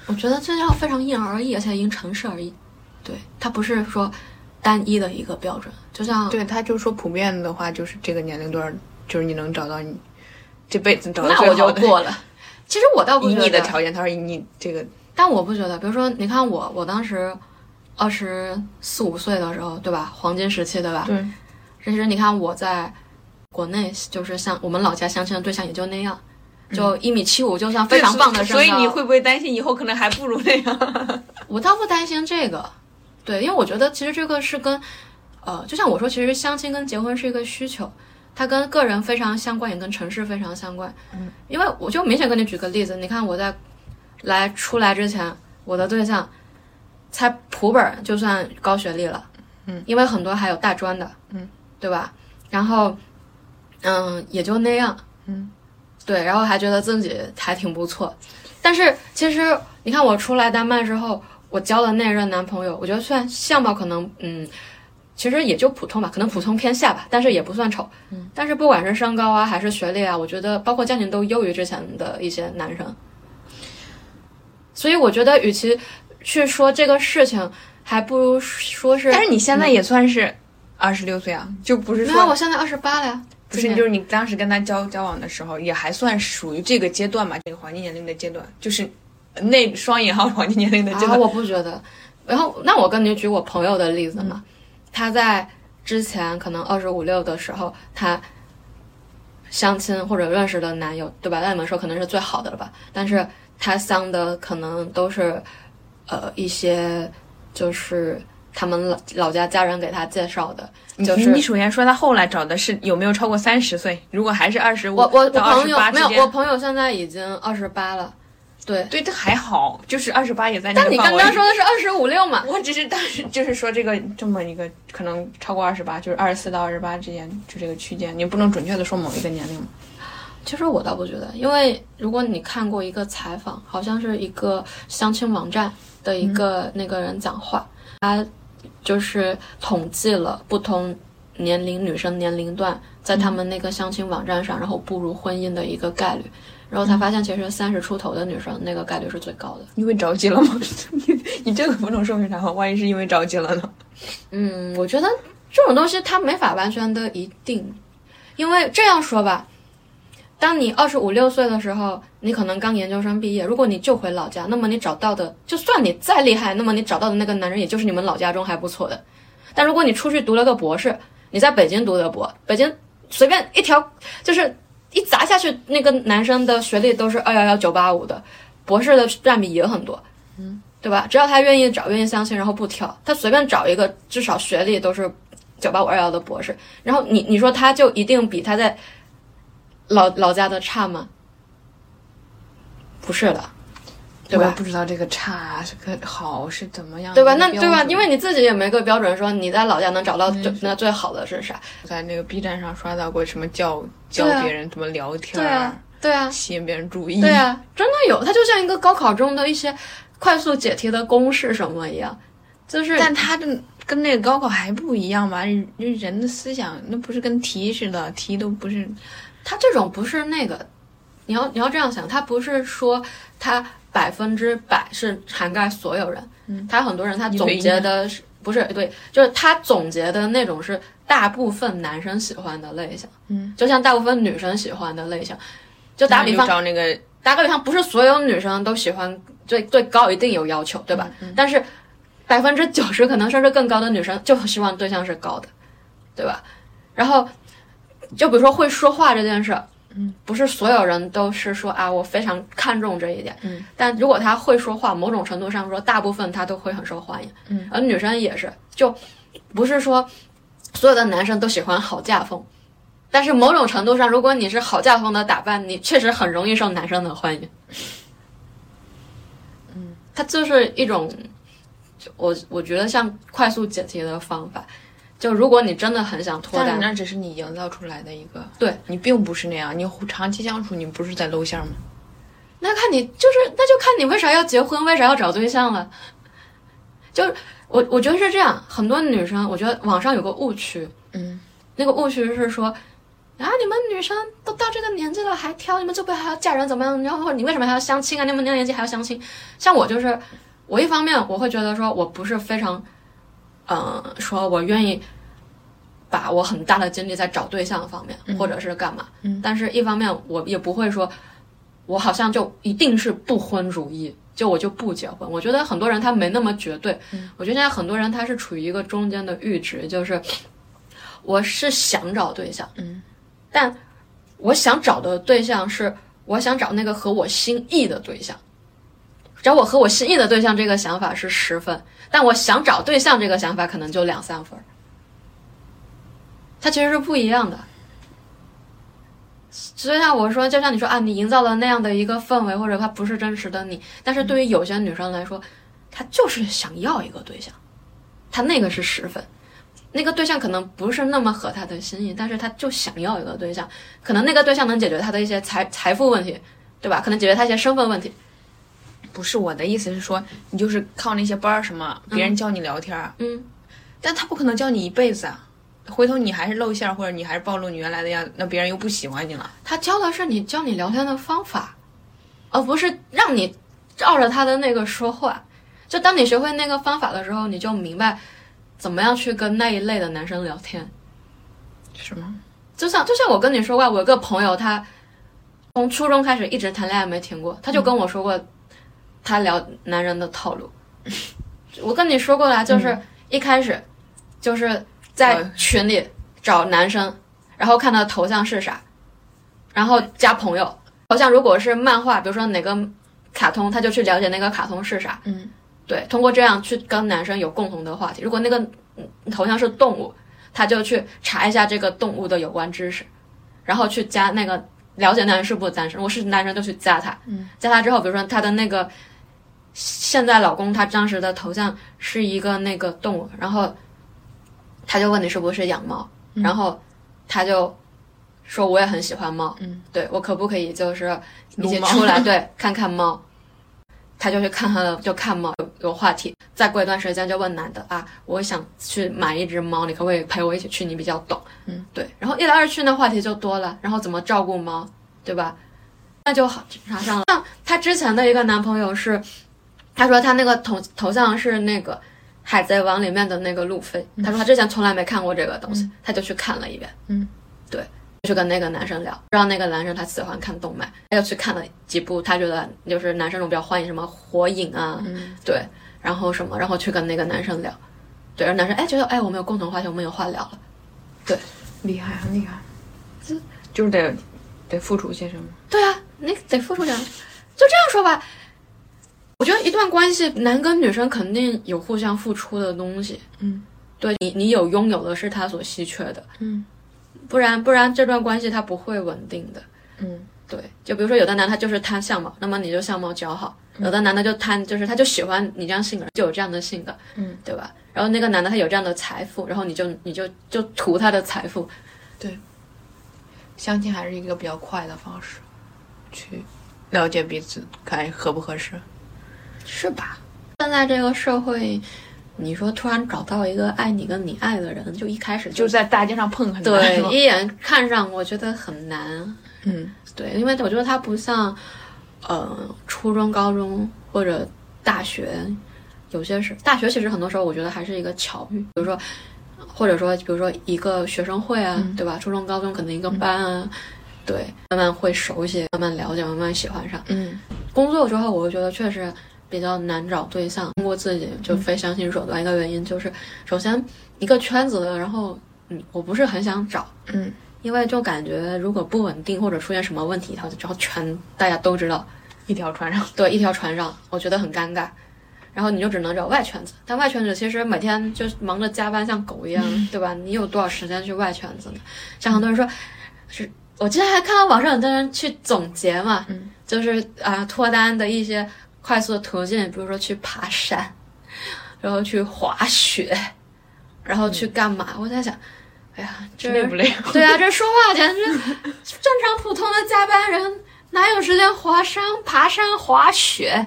Speaker 5: 我觉得这要非常因人而异，而且因城市而异。对，它不是说单一的一个标准，就像
Speaker 4: 对，他就说普遍的话，就是这个年龄段，就是你能找到你这辈子找到
Speaker 5: 那
Speaker 4: 最
Speaker 5: 我
Speaker 4: 好
Speaker 5: 就
Speaker 4: 的。
Speaker 5: 过了。 <laughs> 其实我倒不
Speaker 4: 以
Speaker 5: 觉得
Speaker 4: 你的条件，他说以你这个，
Speaker 5: 但我不觉得，比如说，你看我，我当时二十四五岁的时候，对吧？黄金时期，对吧？
Speaker 4: 对。
Speaker 5: 其实你看我在国内，就是像我们老家相亲的对象也就那样，就一米七五，就像非常棒的
Speaker 4: 嗯
Speaker 5: 身高。
Speaker 4: 所以你会，不会担心以后可能还不如那样？
Speaker 5: 我倒不担心这个，对，因为我觉得其实这个是跟，呃，就像我说，其实相亲跟结婚是一个需求。它跟个人非常相关，也跟城市非常相关。嗯，因为我就明显跟你举个例子，你看我在来出来之前，我的对象才普本儿就算高学历了，嗯，因为很多还有大专的，嗯，对吧？然后，嗯，也就那样，
Speaker 4: 嗯，
Speaker 5: 对，然后还觉得自己还挺不错，但是其实你看我出来丹麦之后，我交的那任男朋友，我觉得虽然相貌可能，嗯。其实也就普通吧，可能普通偏下吧，但是也不算丑。嗯，但是不管是身高啊，还是学历啊，我觉得包括家庭都优于之前的一些男生。所以我觉得，与其去说这个事情，还不如说是。
Speaker 4: 但是你现在也算是二十六岁啊，就不是
Speaker 5: 没有，我
Speaker 4: 说
Speaker 5: 现在二十八了呀。
Speaker 4: 不是，就是你当时跟他交交往的时候，也还算属于这个阶段嘛，这个黄金年龄的阶段，就是那双引号黄金年龄的阶
Speaker 5: 啊，
Speaker 4: 段。
Speaker 5: 我不觉得。然后，那我跟你举我朋友的例子嘛，他在之前可能二十五六的时候，他相亲或者认识的男友，对吧？按你们说可能是最好的了吧，但是他相的可能都是呃一些就是他们老老家家人给他介绍的，
Speaker 4: 你
Speaker 5: 就是
Speaker 4: 你首先说他后来找的是有没有超过三十岁，如果还是二十五，
Speaker 5: 我我我
Speaker 4: 到二
Speaker 5: 朋
Speaker 4: 十
Speaker 5: 友
Speaker 4: 八
Speaker 5: 没有，我朋友现在已经二十八了，对。
Speaker 4: 对这还好，就是二十八也在那
Speaker 5: 但
Speaker 4: 个
Speaker 5: 你
Speaker 4: 范
Speaker 5: 刚
Speaker 4: 围
Speaker 5: 刚说。的是二十五六嘛？
Speaker 4: 我只是当时就是说这个这么一个可能超过二十八，就是二十四到二十八之间，就这个区间，你不能准确的说某一个年龄嘛。
Speaker 5: 其实我倒不觉得，因为如果你看过一个采访，好像是一个相亲网站的一个那个人讲话，他就是统计了不同年龄女生年龄段在他们那个相亲网站上，然后步入婚姻的一个概率，然后才发现其实三十出头的女生那个概率是最高的。
Speaker 4: 因为着急了吗？ <laughs> 你你这个不能说明啥吗？万一是因为着急了呢？
Speaker 5: 嗯，我觉得这种东西它没法完全的一定，因为这样说吧，当你二十五六岁的时候，你可能刚研究生毕业，如果你就回老家，那么你找到的，就算你再厉害，那么你找到的那个男人，也就是你们老家中还不错的。但如果你出去读了个博士，你在北京读的博，北京随便一条就是一砸下去，那个男生的学历都是二幺幺九八五的，博士的占比也很多。对吧？只要他愿意找，愿意相亲，然后不挑，他随便找一个，至少学历都是九八五二幺的博士。然后你你说他就一定比他在老老家的差吗？不是的，
Speaker 4: 对
Speaker 5: 吧
Speaker 4: 吧？不知道这个差是个好是怎么样的
Speaker 5: 对
Speaker 4: 一个
Speaker 5: 吧？
Speaker 4: 标
Speaker 5: 那
Speaker 4: 准，
Speaker 5: 对吧？因为你自己也没个标准，说你在老家能找到最那最好的是啥？
Speaker 4: 我在那个 B 站上刷到过什么教教
Speaker 5: 对啊
Speaker 4: 别人怎么聊天，
Speaker 5: 对啊，对啊，
Speaker 4: 吸引别人注意，
Speaker 5: 对啊，真的有，它就像一个高考中的一些快速解题的公式什么一样，就是
Speaker 6: 但他的跟那个高考还不一样吧？人人的思想那不是跟题似的，题都不是。
Speaker 5: 它这种不是那个，你要你要这样想，它不是说它百分之百是涵盖所有人，嗯，它很多人他总结的是不是对，就是他总结的那种是大部分男生喜欢的类型，嗯，就像大部分女生喜欢的类型，就打
Speaker 4: 那
Speaker 5: 比
Speaker 4: 你
Speaker 5: 方
Speaker 4: 就，找那个
Speaker 5: 打个比方，不是所有女生都喜欢对对高一定有要求，对吧？但是百分之九十可能甚至更高的女生就希望对象是高的，对吧？然后就比如说会说话这件事儿，嗯，不是所有人都是说啊，我非常看重这一点，嗯，但如果他会说话，某种程度上说，大部分他都会很受欢迎，嗯，而女生也是，就不是说所有的男生都喜欢好嫁风。但是某种程度上，如果你是好嫁风的打扮，你确实很容易受男生的欢迎。嗯，它就是一种，我我觉得像快速解题的方法。就如果你真的很想脱
Speaker 4: 但
Speaker 5: 单，
Speaker 4: 那只是你营造出来的一个，
Speaker 5: 啊对
Speaker 4: 你并不是那样。你长期相处，你不是在露馅儿吗？
Speaker 5: 那看你就是，那就看你为啥要结婚，为啥要找对象了。就是我，我觉得是这样，很多女生，我觉得网上有个误区，
Speaker 4: 嗯，
Speaker 5: 那个误区是说，啊，你们女生都到这个年纪了还挑，你们这不还要嫁人怎么样？然后你为什么还要相亲啊？你们那个年纪还要相亲？像我就是，我一方面我会觉得说我不是非常，嗯、说我愿意把我很大的精力在找对象方面，或者是干嘛，但是一方面我也不会说，我好像就一定是不婚主义，就我就不结婚。我觉得很多人他没那么绝对，我觉得现在很多人他是处于一个中间的阈值，就是我是想找对象，嗯，但我想找的对象是我想找那个合我心意的对象。找我合我心意的对象，这个想法是十分，但我想找对象这个想法可能就两三分儿，它其实是不一样的。就像我说，就像你说啊，你营造了那样的一个氛围，或者它不是真实的你，但是对于有些女生来说，她就是想要一个对象，她那个是十分，那个对象可能不是那么合她的心意，但是她就想要一个对象，可能那个对象能解决她的一些财财富问题，对吧？可能解决她一些身份问题，
Speaker 4: 不是我的意思是说，你就是靠那些班儿什么，
Speaker 6: 嗯
Speaker 4: 别人教你聊天，儿，
Speaker 5: 嗯，
Speaker 4: 但他不可能教你一辈子啊。回头你还是露馅儿，或者你还是暴露你原来的样，子，那别人又不喜欢你了。
Speaker 5: 他教的是你教你聊天的方法，而不是让你照着他的那个说话。就当你学会那个方法的时候，你就明白怎么样去跟那一类的男生聊天。
Speaker 4: 什么？
Speaker 5: 就像就像我跟你说过，我有个朋友，他从初中开始一直谈恋爱没停过，他就跟我说过他聊男人的套路。 <laughs> 我跟你说过了，就是一开始就是在
Speaker 4: 呃
Speaker 5: 群里找男生，然后看他的头像是啥，然后加朋友。头像如果是漫画，比如说哪个卡通，他就去了解那个卡通是啥。
Speaker 4: 嗯，
Speaker 5: 对，通过这样去跟男生有共同的话题。如果那个嗯头像是动物，他就去查一下这个动物的有关知识，然后去加那个了解男人是不是单身。我是男生就去加他，嗯、加他之后，比如说他的那个现在老公，他当时的头像是一个那个动物，然后他就问你是不是养猫，然后他就说我也很喜欢猫，嗯，对我可不可以就是一起
Speaker 4: 撸猫
Speaker 5: 出来对看看猫？他就去看他 <laughs> 的，就看猫有有话题。再过一段时间就问男的啊，我想去买一只猫，你可不可以陪我一起去？你比较懂，嗯，对。然后一来二去，那话题就多了。然后怎么照顾猫，对吧？那就好查上了。像她之前的一个男朋友是，她说她那个头头像是那个《海贼王》里面的那个路飞，她说她之前从来没看过这个东西，她就去看了一遍。
Speaker 4: 嗯，
Speaker 5: 对，去跟那个男生聊，让那个男生他喜欢看动漫，他就去看了几部，他觉得就是男生中比较欢迎什么《火影》啊，对，然后什么，然后去跟那个男生聊，对，而男生哎觉得哎我们有共同话题，我们有话聊了，
Speaker 4: 厉害，
Speaker 6: 啊
Speaker 4: 很厉害。这就是得得付出些什么。
Speaker 5: 对啊，你得付出点儿，就这样说吧。我觉得一段关系，男跟女生肯定有互相付出的东西。嗯，对你，你有拥有的是他所稀缺的。嗯，不然不然这段关系它不会稳定的。嗯，对，就比如说有的男他就是贪相貌，那么你就相貌姣好，有的男的就贪，就是他就喜欢你这样性格，就有这样的性格，
Speaker 4: 嗯，
Speaker 5: 对吧？然后那个男的他有这样的财富，然后你就你就就图他的财富，
Speaker 6: 相亲还是一个比较快的方式，去了解彼此，看合不合适。
Speaker 5: 是吧？现在这个社会，你说突然找到一个爱你跟你爱的人，就一开始
Speaker 6: 就在大街上碰很难
Speaker 5: 对
Speaker 6: 是吧
Speaker 5: 一眼看上，我觉得很难。
Speaker 6: 嗯，
Speaker 5: 对，因为我觉得它不像，呃，初中、高中或者大学，有些是大学，其实很多时候我觉得还是一个巧遇，比如说，或者说，比如说一个学生会啊，对吧？初中、高中可能一个班啊，对，慢慢会熟悉，慢慢了解，慢慢喜欢上。
Speaker 6: 嗯，
Speaker 5: 工作之后，我就觉得确实比较难找对象，通过自己就非相亲手段。一个原因就是，首先一个圈子的，然后嗯，我不是很想找，
Speaker 6: 嗯，
Speaker 5: 因为就感觉如果不稳定或者出现什么问题，然后就全大家都知道，
Speaker 6: 一条船
Speaker 4: <laughs>
Speaker 6: 上，
Speaker 5: 对，一条船上，我觉得很尴尬。然后你就只能找外圈子，但外圈子其实每天就忙着加班，像狗一样，
Speaker 4: 嗯
Speaker 5: 对吧？你有多少时间去外圈子呢？像很多人说，是我之前还看到网上很多人去总结嘛，
Speaker 4: 嗯
Speaker 5: 就是啊、脱单的一些快速的途径，比如说去爬山，然后去滑雪，然后去干嘛？我在想，哎呀，这
Speaker 4: 累嗯不累？
Speaker 5: <laughs> 对啊，这说话简直正常普通的加班人哪有时间滑山、爬山、滑雪，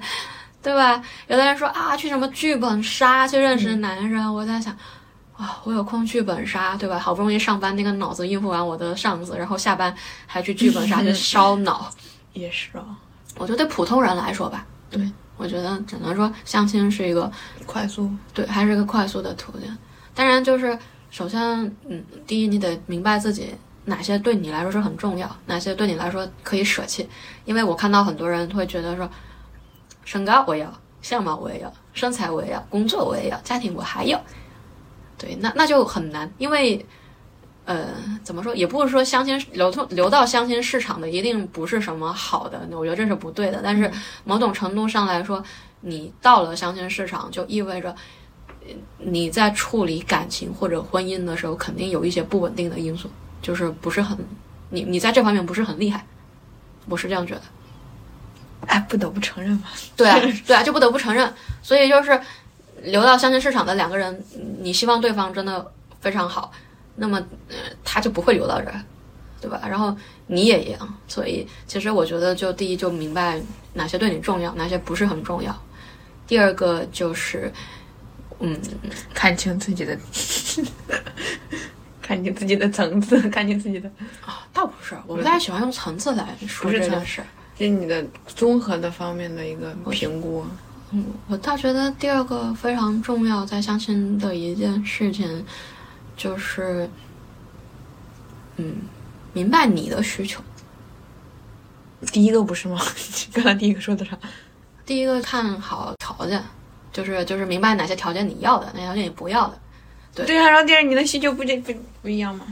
Speaker 5: 对吧？有的人说啊，去什么剧本杀去认识男人，我在想。哇，我有空剧本杀，对吧？好不容易上班那个脑子应付完我的上司，然后下班还去剧本杀去烧脑。
Speaker 6: <laughs> 也是啊，
Speaker 5: 我觉得对普通人来说吧，
Speaker 6: 对，
Speaker 5: 我觉得只能说相亲是一个
Speaker 6: 快速，
Speaker 5: 对，还是个快速的途径。当然，就是首先，嗯，第一，你得明白自己哪些对你来说是很重要，哪些对你来说可以舍弃。因为我看到很多人会觉得说，身高我要，相貌我也要，身材我也要，工作我也要，家庭我还要。对，那那就很难，因为，呃，怎么说，也不是说相亲流通流到相亲市场的一定不是什么好的，我觉得这是不对的。但是某种程度上来说，你到了相亲市场，就意味着你在处理感情或者婚姻的时候，肯定有一些不稳定的因素，就是不是很你你在这方面不是很厉害，我是这样觉得。
Speaker 6: 哎，不得不承认吧，
Speaker 5: 对啊， <laughs> 对啊，就不得不承认。所以就是留到相亲市场的两个人，你希望对方真的非常好，那么、呃、他就不会留到这儿，对吧？然后你也一样。所以其实我觉得，就第一就明白哪些对你重要，哪些不是很重要。第二个就是，嗯，
Speaker 6: 看清自己的， <laughs> 看清自己的层次， <laughs> 看清自己的，
Speaker 5: 倒不是，我不太喜欢用层次来说
Speaker 6: 不是
Speaker 5: 这件
Speaker 6: 层
Speaker 5: 事。
Speaker 6: 这是你的综合的方面的一个评估。
Speaker 5: 嗯，我倒觉得第二个非常重要，在相亲的一件事情，就是，嗯，明白你的需求。
Speaker 6: 第一个不是吗？ <laughs> 刚才第一个说的啥？
Speaker 5: 第一个看好条件，就是就是明白哪些条件你要的，哪些条件你不要的。
Speaker 6: 对啊，然后第二你的需求不就不不一样吗？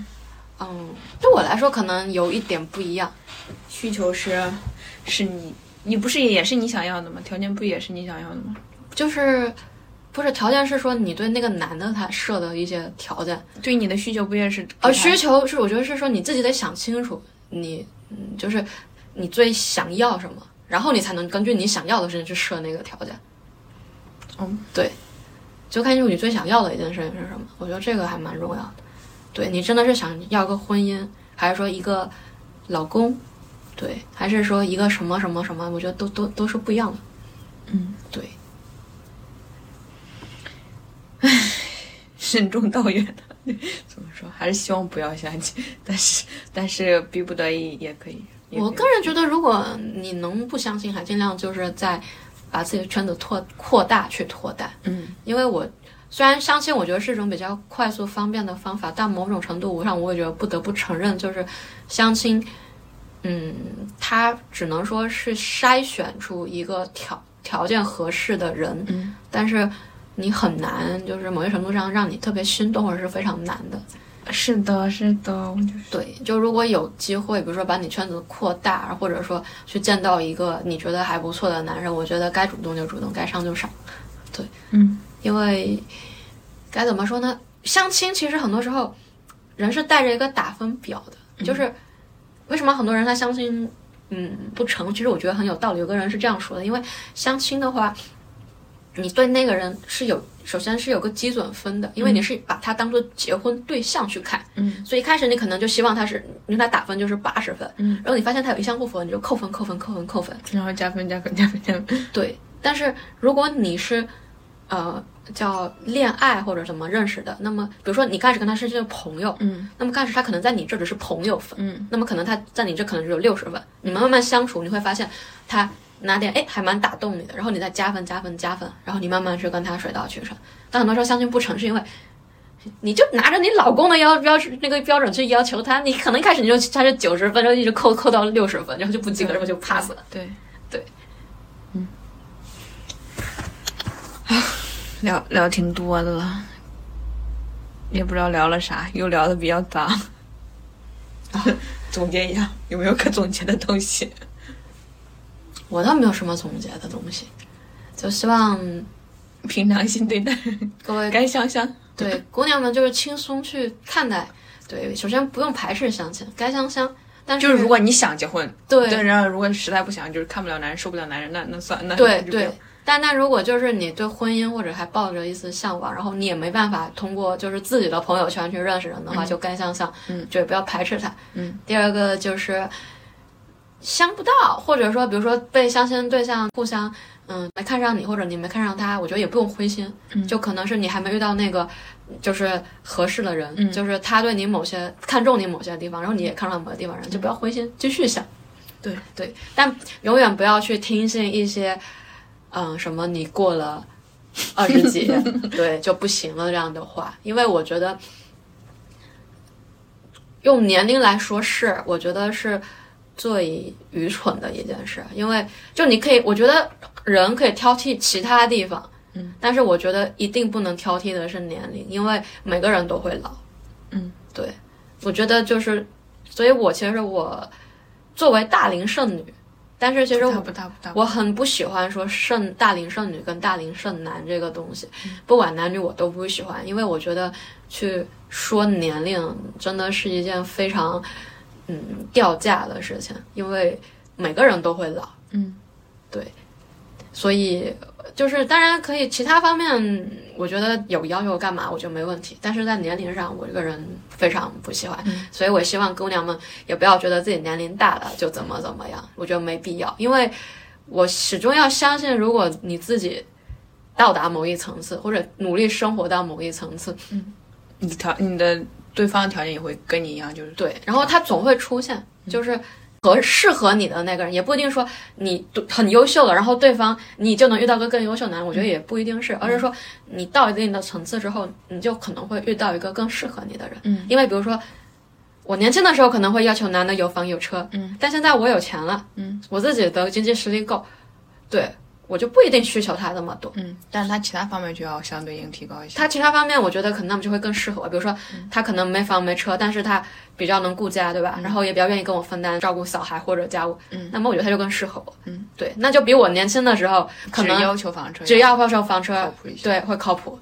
Speaker 5: 嗯，对我来说可能有一点不一样。
Speaker 6: 需求是，是你，你不是也是你想要的吗？条件不也是你想要的吗？
Speaker 5: 就是不是条件是说你对那个男的他设的一些条件，
Speaker 6: 对你啊的需求不也是？
Speaker 5: 呃，需求是我觉得是说你自己得想清楚，你嗯就是你最想要什么，然后你才能根据你想要的事情去设那个条件。
Speaker 6: 嗯，
Speaker 5: 对，就看清楚你最想要的一件事情是什么，我觉得这个还蛮重要的。对你真的是想要个婚姻，还是说一个老公，对，还是说一个什么什么什么，我觉得都都都是不一样的。
Speaker 6: 嗯，
Speaker 5: 对，
Speaker 6: 慎重道远的。 <laughs> 怎么说？还是希望不要相亲， <laughs> 但是但是逼不得已也可以。也
Speaker 5: 我
Speaker 6: 可以
Speaker 5: 个人觉得，如果你能不相信，还尽量就是在把自己的圈子拓扩大去拓大。
Speaker 6: 嗯，
Speaker 5: 因为我虽然相亲，我觉得是一种比较快速方便的方法，但某种程度上，我也觉得不得不承认，就是相亲，嗯，它只能说是筛选出一个条条件合适的人，
Speaker 6: 嗯，
Speaker 5: 但是你很难，就是某些程度上让你特别心动，或者是非常难的。
Speaker 6: 是的，是的，我就是
Speaker 5: 对，就如果有机会，比如说把你圈子扩大，或者说去见到一个你觉得还不错的男人，我觉得该主动就主动，该上就上。对，
Speaker 6: 嗯，
Speaker 5: 因为该怎么说呢？相亲其实很多时候人是带着一个打分表的，就是为什么很多人他相亲
Speaker 2: 嗯，
Speaker 5: 不成。其实我觉得很有道理，有个人是这样说的，因为相亲的话，你对那个人是有，首先是有个基准分的，因为你是把他当做结婚对象去看，
Speaker 4: 嗯，
Speaker 5: 所以一开始你可能就希望他是，你给他打分就是八十分，
Speaker 4: 嗯，
Speaker 5: 然后你发现他有一项不符合，你就扣分扣分扣分扣分，
Speaker 4: 然后加分加分加分加分，
Speaker 5: 对，但是如果你是，呃，叫恋爱或者什么认识的，那么比如说你开始跟他是这个朋友，
Speaker 4: 嗯，
Speaker 5: 那么开始他可能在你这只是朋友分，
Speaker 4: 嗯，
Speaker 5: 那么可能他在你这可能只有六十分，你们慢慢相处，你会发现他哪点哎还蛮打动你的，然后你再加分加分加分，然后你慢慢去跟他水到渠成。但很多时候相亲不成，是因为。你就拿着你老公的要标那个标准去要求他，你可能一开始你就他是九十分，然后一直扣扣到六十分，然后就不及格，然后就 pass 了。
Speaker 4: 对
Speaker 5: 对，
Speaker 4: 嗯，聊聊挺多的了，也不知道聊了啥，又聊的比较杂。啊总结一下，有没有可总结的东西？
Speaker 5: 我倒没有什么总结的东西，就希望
Speaker 4: 平常心对待，
Speaker 5: 各位
Speaker 4: 该想想。
Speaker 5: 对姑娘们就是轻松去看待。对，首先不用排斥相亲，该相相，
Speaker 4: <laughs>
Speaker 5: 但
Speaker 4: 就是如果你想结婚，
Speaker 5: 对
Speaker 4: 但然后如果实在不想，就是看不了男人，受不了男人，那那算那
Speaker 5: 对
Speaker 4: 那就不要
Speaker 5: 对，但但如果就是你对婚姻或者还抱着一丝向往，然后你也没办法通过就是自己的朋友圈去认识人的话，就该相相，
Speaker 4: 嗯，
Speaker 5: 就也不要排斥他，
Speaker 4: 嗯。
Speaker 5: 第二个就是相不到，或者说比如说被相亲对象互相嗯没看上你，或者你没看上他，我觉得也不用灰心，
Speaker 4: 嗯
Speaker 5: 就可能是你还没遇到那个就是合适的人，
Speaker 4: 嗯
Speaker 5: 就是他对你某些看重你某些地方，然后你也看上某些地方，然后就不要灰心，继续想。
Speaker 4: 嗯对
Speaker 5: 对，但永远不要去听信一些，嗯，什么你过了二十
Speaker 4: <laughs>
Speaker 5: 几，对就不行了这样的话，因为我觉得用年龄来说是，我觉得是最愚蠢的一件事，因为就你可以，我觉得人可以挑剔其他地方，
Speaker 4: 嗯，
Speaker 5: 但是我觉得一定不能挑剔的是年龄，因为每个人都会老，
Speaker 4: 嗯，
Speaker 5: 对，我觉得就是，所以我其实我作为大龄剩女，但是其实
Speaker 4: 大
Speaker 5: 我
Speaker 4: 不大不大不
Speaker 5: 我很不喜欢说剩大龄剩女跟大龄剩男这个东西，不管男女我都不喜欢，因为我觉得去说年龄真的是一件非常嗯掉价的事情，因为每个人都会老，
Speaker 4: 嗯，
Speaker 5: 对，所以就是当然可以，其他方面我觉得有要求干嘛我就没问题，但是在年龄上我这个人非常不喜欢，所以我希望姑娘们也不要觉得自己年龄大了就怎么怎么样，我觉得没必要，因为我始终要相信，如果你自己到达某一层次，或者努力生活到某一层次，
Speaker 4: 你的条你的对方的条件也会跟你一样，就是嗯
Speaker 5: 对，然后他总会出现，就是合适合你的那个人，也不一定说你很优秀了，然后对方你就能遇到个更优秀的男人，
Speaker 4: 嗯
Speaker 5: 我觉得也不一定是，而是说你到一定的层次之后，你就可能会遇到一个更适合你的人。
Speaker 4: 嗯，
Speaker 5: 因为比如说。我年轻的时候可能会要求男的有房有车，
Speaker 4: 嗯，
Speaker 5: 但现在我有钱了，
Speaker 4: 嗯，
Speaker 5: 我自己的经济实力够，对我就不一定需求他那么多，
Speaker 4: 嗯，但是他其他方面就要相对应提高一些。
Speaker 5: 他其他方面我觉得可能他们就会更适合我，比如说
Speaker 4: 嗯
Speaker 5: 他可能没房没车，但是他比较能顾家，对吧？然后也比较愿意跟我分担照顾小孩或者家务，
Speaker 4: 嗯
Speaker 5: 那么我觉得他就更适合我，
Speaker 4: 嗯，
Speaker 5: 对，那就比我年轻的时候可
Speaker 4: 只
Speaker 5: 能
Speaker 4: 要求房车，
Speaker 5: 只要放手房车
Speaker 4: 靠谱一些，嗯
Speaker 5: 对，会靠谱，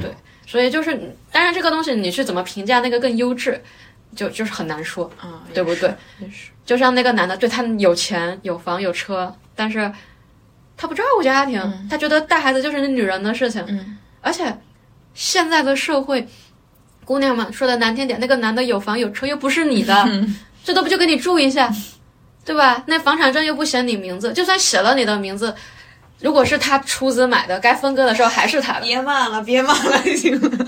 Speaker 5: 对，所以就是当然这个东西你去怎么评价那个更优质，就就是很难说，
Speaker 4: 嗯，也
Speaker 5: 对不对？
Speaker 4: 也是，
Speaker 5: 就像那个男的，对他有钱有房有车，但是他不照顾家庭，他觉得带孩子就是那女人的事情。
Speaker 4: 嗯
Speaker 5: 而且现在的社会，姑娘们说的难听点，那个男的有房有车又不是你
Speaker 4: <laughs>
Speaker 5: 的，最多不就给你住一下，对吧？那房产证又不写你名字，就算写了你的名字，如果是他出资买的，该分割的时候还是他的。
Speaker 4: 别骂了，别骂了，行吗？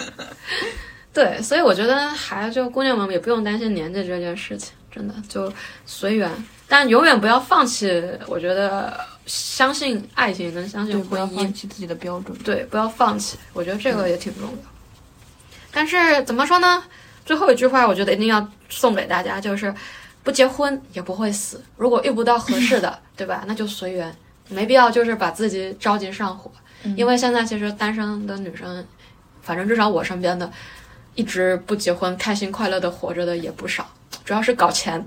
Speaker 5: 对，所以我觉得还就姑娘们也不用担心年纪这件事情，真的就随缘，但永远不要放弃。我觉得相信爱情跟相信婚姻，
Speaker 4: 弃自己的标准。
Speaker 5: 对，不要放弃。我觉得这个也挺重要。但是怎么说呢？最后一句话，我觉得一定要送给大家，就是不结婚也不会死。如果遇不到合适 <laughs> 的，对吧？那就随缘，没必要就是把自己着急上火。因为现在其实单身的女生，反正至少我身边的，一直不结婚、开心快乐的活着的也不少，主要是搞钱。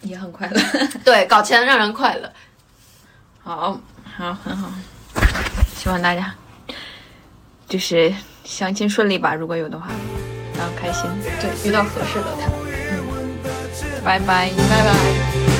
Speaker 4: 也很快乐。
Speaker 5: 对，搞钱让人快乐。
Speaker 4: 好，好，很好，希望大家就是相亲顺利吧，如果有的话，然后开心。嗯
Speaker 5: 对，遇到合适的他。
Speaker 4: 拜拜，拜拜。